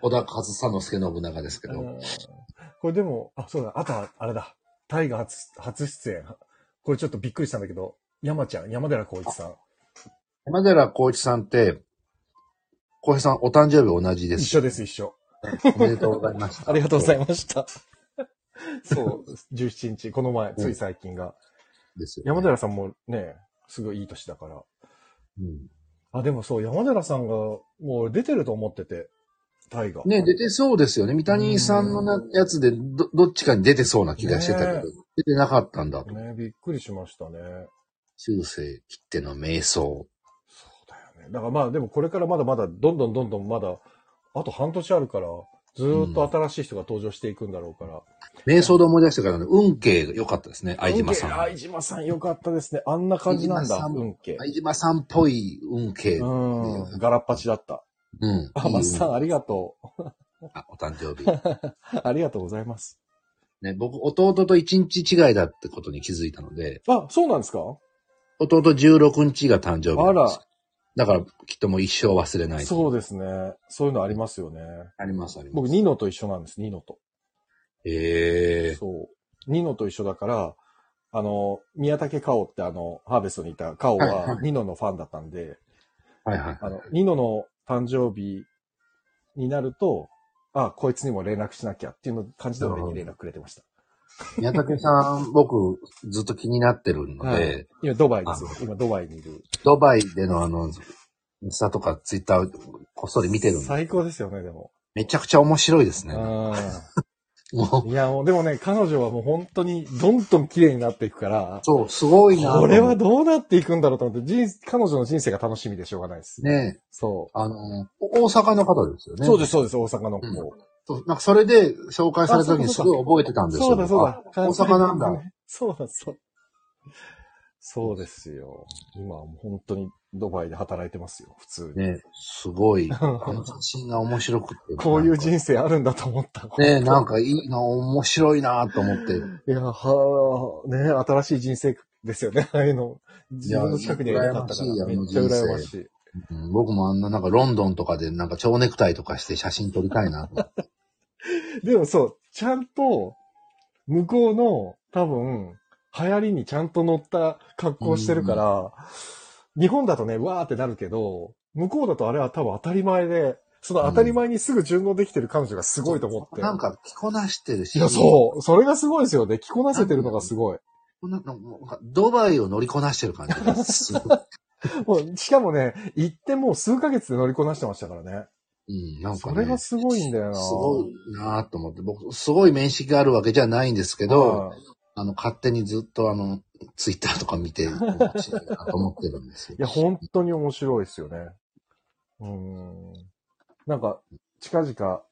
小田和佐之助信長ですけうど、んこれでも、あ、そうだ、あとは、あれだ。タイガ初、初出演。これちょっとびっくりしたんだけど、山ちゃん、山寺宏一さん。山寺宏一さんって、浩平さんお誕生日同じで一す。緒です、一緒。おめでとうございまし た。ありがとうございました。 そう、17日、この前、つい最近が。ですよね山寺さんもね、すごいいい年だから。うあ、でもそう、山寺さんがもう出てると思ってて、タイが。んね、出てそうですよね。三谷さんのなやつでど、どっちかに出てそうな気がしてたけど、ね出てなかったんだと。ね、びっくりしましたね。中世切っての瞑想。そうだよね。だからまあでもこれからまだまだ、どんどんどんどんまだ、あと半年あるから、ずーっと新しい人が登場していくんだろうから。瞑想で思い出したから、ね、運慶が良かったですね、相島さん。運慶相島さんよかったですね。あんな感じなん相だ島さ、ん運慶。相島さんっぽい運慶。ううん。ん、ガラッパチだった。あ、いいマスさん運ありがとう。 あお誕生日。ありがとうございます。ね、僕、弟と一日違いだってことに気づいたので、あ、そうなんですか弟16日が誕生日あなんでらす。だから、きっともう一生忘れない。そうう。ですね。そういうのありますよね。あります、ありま僕、す。ニノと一緒なんです、ニノと。ええそう。ニノと一緒だから、あの、宮武カオってあの、ハーベストにいたカオはいははニノのファンだったんで、はいはい。あの、ニノの誕生日になると、あ、こいつにも連絡しなきゃっていうの感じで俺に連絡くれてました。宮武さん、僕、ずっと気になってるので、はい今、ドバイですよ。今、ドバイにいる。ドバイでのあの、インスタとかツイッターこっそり見てるんで、最高ですよね、でも。めちゃくちゃ面白いですね。うん。もう、いや、もう、でもね、彼女はもう本当にどんどん綺麗になっていくから、そう、すごいなと思こう。れはどうなっていくんだろうと思って、人彼女の人生が楽しみでしょうがないです。ね、そあの、お大阪の方ですよう。ね。そうです、す。そうです、大阪の子。うんなんかそれで紹介された時にすごい覚えてたんですよ。そうだ、そうだ。あ大阪なんだ。。そうだ、そう。そうですよ。今はもう本当にドバイで働いてますよ、普通に。ね、すごい。あの写真が面白くて。こういうなん人生あるんだと思った。かね、なんかいいな、面白いなと思って。いや、はあ、ね新しい人生ですよね、ああいうの。自分の近くにはいなかったかいやら、め羨っましいちゃよ羨ましい。うん僕もあんな、なんかロンドンとかでなんか蝶ネクタイとかして写真撮りたいなと。でもそう、ちゃんと、向こうの、多分、流行りにちゃんと乗った格好してるから、日本だとね、わーってなるけど、向こうだとあれは多分当たり前で、その当たり前にすぐ順応できてる彼女がすごいと思って。なんか着こなしてるし。いや、そう。それがすごいですよね。着こなせてるのがすごい。う。なんかもうなんかドバイを乗りこなしてる感じがすごい。もうしかもね、行ってもう数ヶ月で乗りこなしてましたからね。うん、なんか、そね。れがすごいんだよな。すごいなと思って、僕、すごい面識があるわけじゃないんですけど、はいあの、勝手にずっとあの、ツイッターとか見て、面白いなと思ってるんですよ。いや、本当に面白いですよね。うーん。なんか、近々、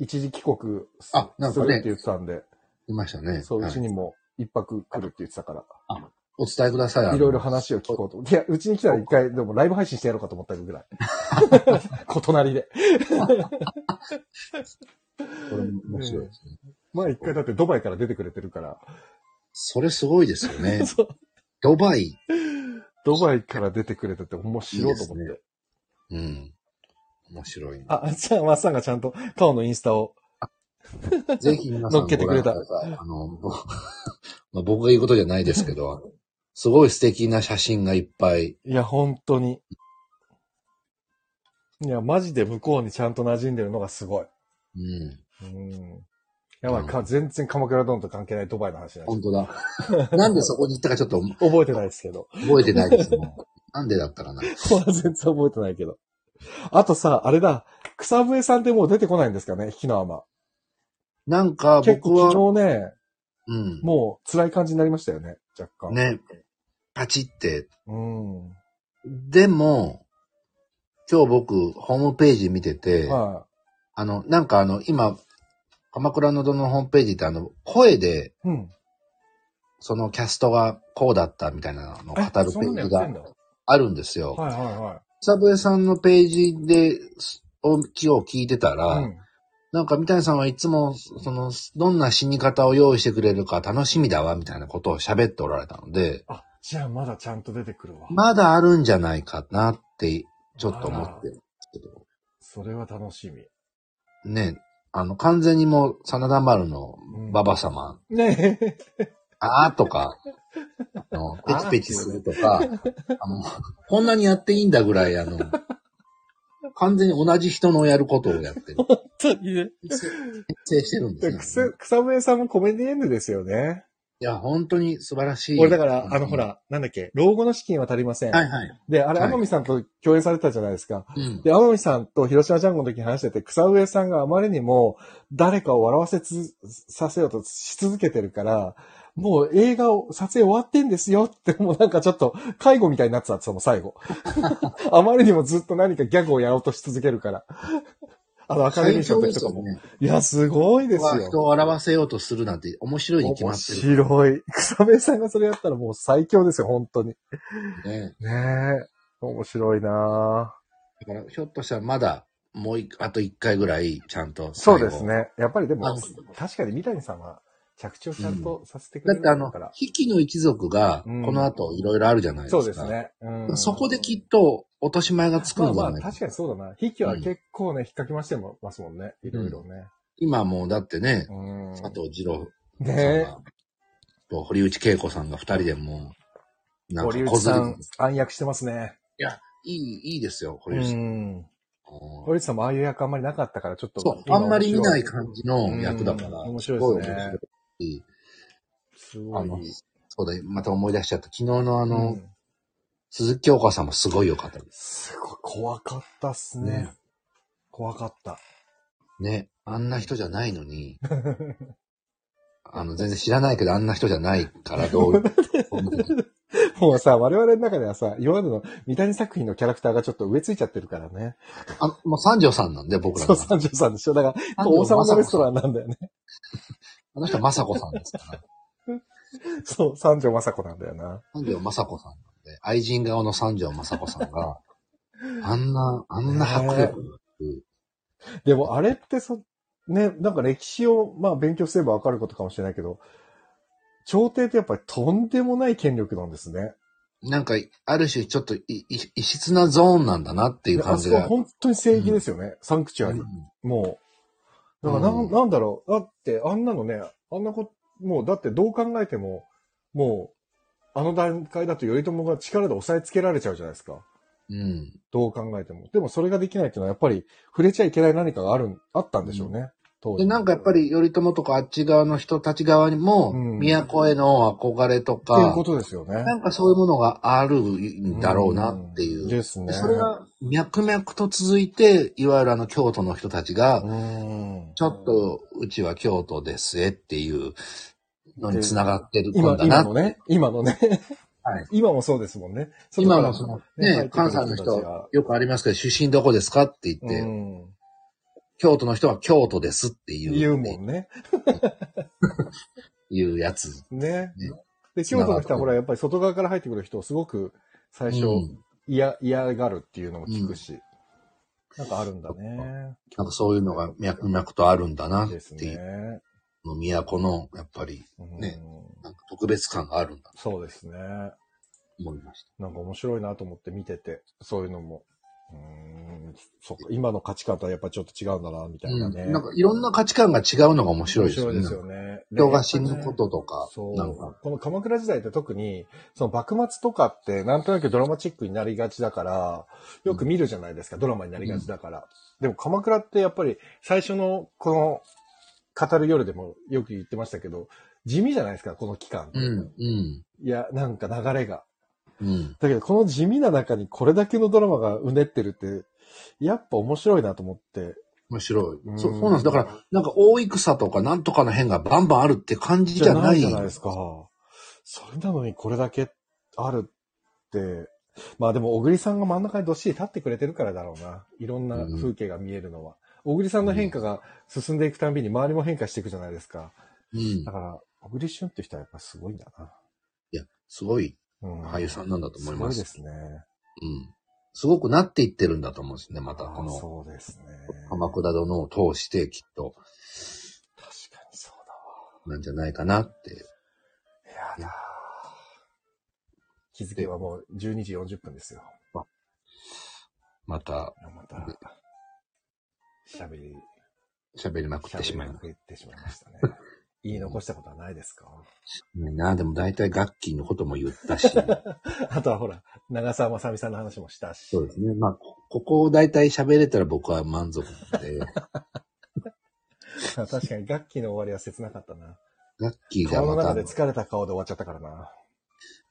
一時帰国すあなんすかるねって言ってたんで、いましたね。そう、はういちにも一泊来るって言ってたかお伝えくださいあら、の。いろいろ話を聞こうと思って。いや、うちに来たら一回、でもライブ配信してやろうかと思ったぐ らい。こ隣で。これも面白いですね。まあ一回だってドバイから出てくれてるから、それすごいですよ ねそう。ドバイ。ドバイから出てくれてて面白いと思って。いいですうん。面白いな。あ、じゃあ、マッサンがちゃんと、カオのインスタを。ぜひ皆さん乗っけてくれたご覧ださいあの、 ぼまあ、僕が言うことじゃないですけど、あのすごい素敵な写真がいっぱい。いや、本当に。いや、マジで向こうにちゃんと馴染んでるのがすごい。うん。うん。やばい、か、全然鎌倉殿と関係ないドバイの話なんで本当だ。 なんでそこに行ったかちょっとす覚えてないですけど。覚えてないですもん。なんでだったかな。全然覚えてないけど。あとさ、あれだ、草笛さんってもう出てこないんですかね、火の雨。なんか結僕は、構昨日ね、うん。もう辛い感じになりましたよね、若干。。ね、パチって。うん。でも、今日僕、ホームページ見てて、はあの、なんかあの、今、鎌倉のどのホームページってあの、声で、うん。そのキャストがこうだったみたいなのを語るえそペんなーのジやってんがだ。あるんですよ。はいは草笛さんのページで、す音気を聞いてたいら、はい。うん。なんか三谷さんはいつも、その、どんな死に方を用意してくれるか楽しみだわ、みたいなことを喋っておられたので、あ、じゃあまだちゃんと出てくるわ。まだあるんじゃないかなって、ちょっと思ってるんですけど、それは楽しみ。ね、あの、完全にもう、真田丸のうん馬場様、ねえ。 あーとか、あの、ペチペチするとか、あの、こんなにやっていいんだぐらい、あの、完全に同じ人のやることをやってる。 本当にね。成してるんでですよ、草草笛さんもコメディエンドですよね。いや、本当に素晴らしい。俺だから、あのほ。ら、なんだっけ、老後の資金は足りません。はいはい。で、あれ、はい天海さんと共演されてたじゃないですか。うん。で、天海さんと広島ジャンゴの時に話してて、草植さんがあまりにも誰かを笑わせつさせようとし続けてるから、もう映画を撮影終わってんですよって、もうなんかちょっと介護みたいになってたんですよ、もう最 後。あまりにもずっと何かギャグをやろうとし続けるから。あの、アカデミー賞の時とかも。最強いや、すごいでですすよね。人よ。を笑わせようとするなんて面白いに決ま面ってる白い。草笛さんがそれやったらもう最強ですよ、本当に。ね。ねえ。面白いなぁだから、ひょっとしたらまだ、もういあと一回ぐらい、ちゃんと。そうです。ね。やっぱりであも、確かに三谷さんは着地をちゃんとさせてくだれっるてあだのから、。ヒキの一族が、こうんの後いろいろあるじゃないですか。そうです。ね。うんそこできっと落とし前がつくまのあじまゃあ、ないか。確かにそうだな。筆記は結構ね、引っかきましてますもんね。いろいろね。今もうだってね、うん。佐藤二郎さんが、ねと堀内恵子さんが二人でもう、え。なん堀か内小ずされん、暗躍してますね。いい、いいですよ、う堀内さん。ん。堀内さんもああいう役あんまりなかったから、ちょっと。そう、あんまり見ないか感じの役だから。うん面白いですねごい面白いすあごいの。、そうだ、また思い出しちゃった。昨日のああの、鈴木京香さんもすごい良かったです。すごい怖かったっすねね。怖かった。ね。あんな人じゃないのに、あの、全然知らないけど、あんな人じゃないから、どう、もうさ、我々の中ではさ、今までの三谷作品のキャラクターがちょっと植え付いちゃってるからね。あの、もう三条さんなんで、僕らそのう、三条さんでしょ。だから、あ王様のレストラン。ンなんだよね。あの人、まさこさんですから。そう、三条雅子なんだよな。三条まさこさんなんで、愛人顔の三条まさこさんが、あんな、あんな迫力。でも、あれってそ、ね、なんか歴史を、まあ、勉強すればわかることかもしれないけど、朝廷ってやっぱりとんでもない権力なんですね。なんか、ある種、ちょっとい、い、異質なゾーンなんだなっていうであ感そじこはが。本当に正義ですよね。サンクチュアリ。うんもう。だからな、うんん、なんだろう。だって、あんなのね、あんなこと、もう、だってどう考えても、もう、あの段階だと頼朝が力で押さえつけられちゃうじゃないですか。うん。どう考えても。でもそれができないっていうのはやっぱり触れちゃいけない何かがある、あったんでしょうね。当時で、なんかやっぱり、頼朝とかあっち側の人たち側にも、うん都への憧れとっていうかこ、とですよね。なんかそういうものがあるんだろうなっていう。んですね。でそれが、脈々と続いて、いわゆるあの、京都の人たちが、うんちょっと、うちは京都ですえっていうのに繋がってるん今、だ今な。のね、今のね、はい今もそうですもんね。今のその、ねね、関西の入ってくる人たちが人、よくありますけど、出身どこですかって言って、うん、京都の人は京都ですっていう、言うもんね。いうやつ。ねね。で、京都の人はほら、やっぱり外側から入ってくる人をすごく最初うん嫌、嫌がるっていうのも聞くし、なんかあるんだね。なんかそういうのが脈々とあるんだなっですていう、ね。の都の、やっぱり、うんねなんか特別感があるんだとそうですね。な思いました。んか面白いなと思って見てて、そういうのも。うーん、そっか、今の価値観とはやっぱちょっと違うんだな、みたいなね。うんなんかいろんな価値観が違うのが面白いですよね。面白いですよね。人が死ぬこととか、そうなんか。この鎌倉時代って特に、その幕末とかってなんとなくドラマチックになりがちだから、よく見るじゃないですか、ドラマになりがちだから。でも鎌倉ってやっぱり最初のこの語る夜でもよく言ってましたけど、地味じゃないですか、この期間。うん、うん、いや、なんか流れが。うん。だけどこの地味な中にこれだけのドラマがうねってるって、やっぱ面白いなと思って。面白い。そうう、んそうなんです。だから、なんか大戦とかなんとかの変がバンバンあるって感じじゃない。じゃないですか。それなのにこれだけあるって、まあでも小栗さんが真ん中にどっしり立ってくれてるからだろうな。いろんな風景が見えるのは。小栗さんの変化が進んでいくたんびに周りも変化していくじゃないですか。うんだ。から、小栗旬って人はやっぱすごいんだな。いや、すごいうん。俳優さんなんだと思います。すごいですね。うん。すごくなっていってるんだと思うんですね、またあーこのそうですね。鎌倉殿を通してきっと、確かにそうなんじゃないかなって。だわ。いやだー。気づけばもう12時40分ですよ。またまた、喋り、喋りまくってし喋まいりま。ますくってしまいま したね。言い残したことはないですかねなあ、でも大体ガッキーのことも言ったし。 そあとはほら、長澤まさみさんの話もしたし。うですね。まあ、こここを大体喋れたら僕は満足 で、確かに楽器の終わりは切なかったな。ガッキーが顔のまた中で、疲れた顔で終わっちゃったからな。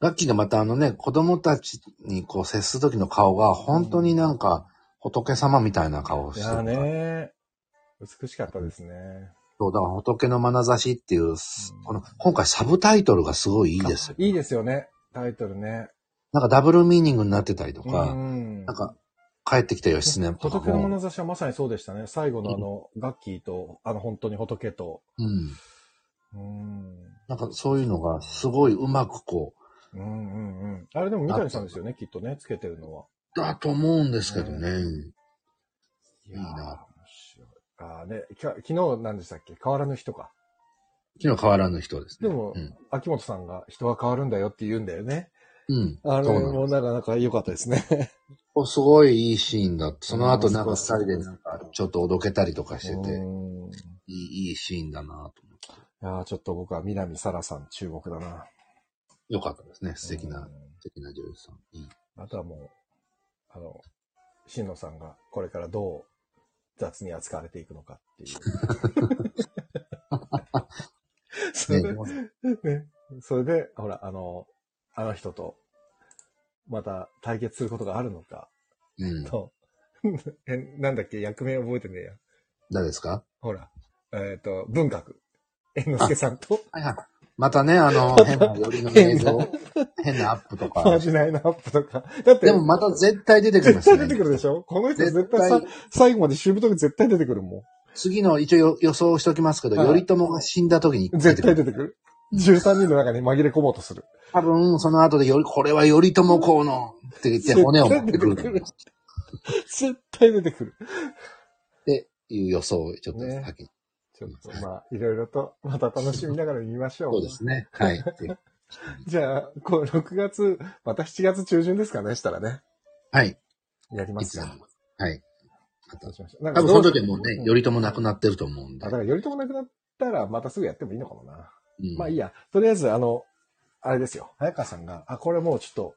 ガッキーがまたあのね、子供たちにこう接する時の顔が本当になんか仏様みたいな顔をいしてるやかーら。ね美しかったですね。そう、だから仏の眼差しっていう、この、今回サブタイトルがすごいいいですよ。いいですよね。タイトルね。なんかダブルミーニングになってたりとうか、んなんか帰ってきた義経とか仏のも、眼差しはまさにそうでしたね。最後のあの、ガッキーと、あの、本当に仏と。うん。うん。なんかそういうのがすごいうまくこうんうんうん。あれでも三谷さんですよね、きっとね、つけてるのは。う、だと思うんですけどね。い面やー白い。ああ、ね、きゃ昨日何でしたっけ変わらぬ人か。昨日変わらぬ人ですね。でもうん。秋元さんが人は変わるんだよって言うんだよね。うん。あれそうなんですもなかなか良かったですね。こうすごいいいシーンだった。その後なんか二そうそう人でなんかちょっとおどけたりとかしてて、うんいいいいいシーンだなと思って。やーちょっと僕は南沙羅さん注目だな。よかったですね。素敵なう、ん素敵な女優さん。いい。あとはもう、あの、し野さんがこれからどう雑に扱われていくのかっていう。それ ねで、ね、それで、ほら、あの、あの人と、また対決することがあるのか、うん。と、え、なんだっけ、役名覚えてねえや。誰ですかほら、えっ、と、文学。猿之助さんと、はいはい。またね、あ の、変な寄りの映像、変なアップとマか。ジないなアップとか。だって、でもまた絶対出てくるんで絶す対ね。 出てくるでしょこの人絶対絶さ最後までしぶとく絶対出てくるも次の、一応よ予想しておきますけど、はい頼朝が死んだ時にん。絶対出てくる出てくる。13人の中に紛れ込もうと する。多分、その後でより、これは頼朝公のって言って骨を持ってくると思います。絶対出てくる。っていう予想をちょっと先に。ちょっとまあ、いろいろと、また楽しみながら見ましょう。そうですね。はい。でじゃあ、こう、6月、また7月中旬ですかね、したらね。はい。やりまいすつよ。も。はい。まどうたしましょうなん多か分どそうの時はもうね、ん頼朝亡くなってると思うんであだ。から、よりともなくなったら、またすぐやってもいいのかもな。うんまあいいや。とりあえず、あの、あれですよ。早川さんが、あ、これもうちょっと、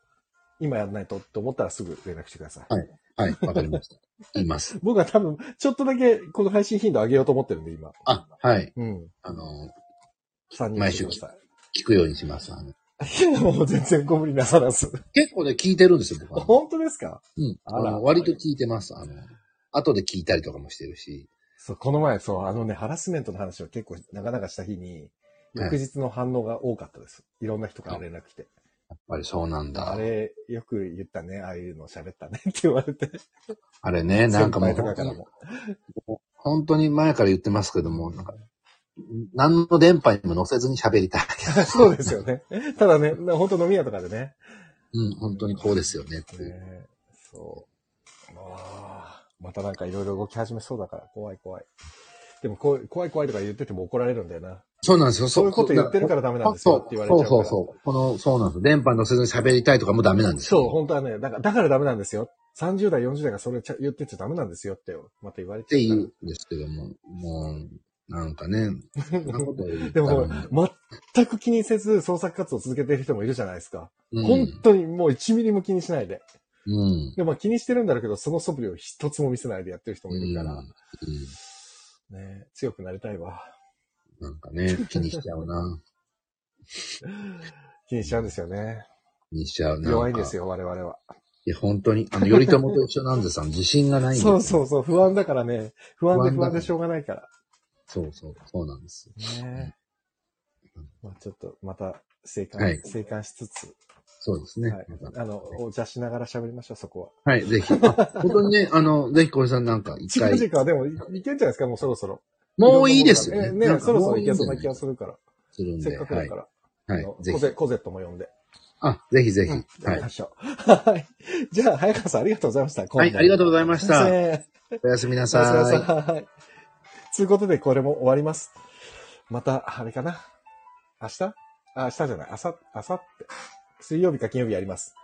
今やんないとって思ったらすぐ連絡してください。はい。わかりました。言います。僕は多分、ちょっとだけこの配信頻度上げようと思ってるんで、今。あ、はい。うん。あの、 3人毎週来てくだ聞くようにします。あのさい。もう全然ご無理なさら ず。結構ね、聞いてるんですよ、僕は。本当ですかうん。ああらの、割と聞いてます。あの、後で聞いたりとかもしてるし。そう、この前、そう、あのね、ハラスメントの話を結構なかなかした日に、翌日の反応が多かったです。いろんな人から連絡来て。やっぱりそうなんだ。ああれれ、よく言ったね、ああいうの喋ったね って言われて。ね、なんかも前うとかからも。本当に前から言ってますけども、なんか、何の電波にも乗せずに喋りたい。そうですよね。 ただね、本当飲み屋とかでね。 うん、本当にこうですよねっていう。ねそう。ああ、またなんかいろいろ動き始めそうだから、怖い怖い。でもこう、怖い怖いとか言ってても怒られるんだよな。そうなんですよ。そういうこと言ってるらからダメなんあですよそって言われうちゃうかそうら。そうそう。この、そうなんです。電波に乗せずに喋りたいとかもダメなんですよ。そう、本当はね、だから、だからダメなんですよ。30代、40代がそれちゃ言ってちゃダメなんですよって、また言われっちゃてう言かうんですけども、もう、なん かね、そんなこと言っでたらも、全く気にせず創作活動を続けている人もいるじゃないですか。うん、本当にもう1ミリも気にしないで。うん。でも気にしてるんだろうけど、その素振りを一つも見せないでやってる人もいるから、うんね、強くなりたいわ。なんかね、気にしちゃうな。気にしちゃうんですよね。気にしちゃうな。弱いんですよ。よ、我々は。いや、本当に。あの、頼朝と一緒なんです。あの、自信がないんです。 そうう。そうそう、不安だからね。不安で不不安だから安でしょうがないから。そうそう、そうなんですよ。ねえ。ままあちょっとまた生還、はい生還しつつ、そうですね。はいま。たあの、お茶しながら喋りましょう、そこは。はい、ぜひ。あ本当に ね、あの、ぜひこれさんなんか一近回。々、でも、いいけんじゃないですか、もうそろそろ。もういいですよえね。えなね、んかそろそろいけもそううないいん気じがゃないするから。するんせっで。かくだはいか。ら。はあのい。ぜコひ。ゼコゼットも呼んで。あ、ぜひぜひ。うんやはりいま。しょう。 はい。じゃあ、早川さんありがとうございました。はい、ありがとうございまごした。ました。おやすみおなやさすいみ。なさい。ということで、これも終わります。また、あれかな。明日あ、明日じゃない。あさ、あさって。水曜日か金曜日やります。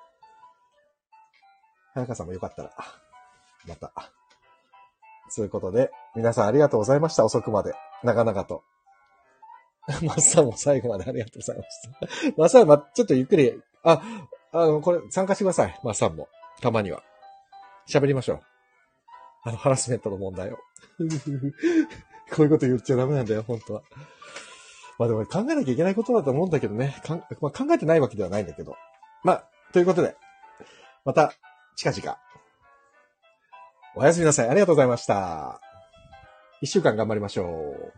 早川さんもよかったら、また。ということで、皆さんありがとうございました。遅くまで。長々と。 マッサンも最後までありがとうございました。 マッサン、ま、ちょっとゆっくり、あ、あの、これ参加してください。マッサンも。たまには。喋りましょう。あの、ハラスメントの問題を。 こういうこと言っちゃダメなんだよ、本当は。まあでも考えなきゃいけないことだと思うんだけどね。かんまあ、考えてないわけではないんだけど。まあ、ということで、また、近々。おやすみなさい。ありがとうございました。一週間頑張りましょう。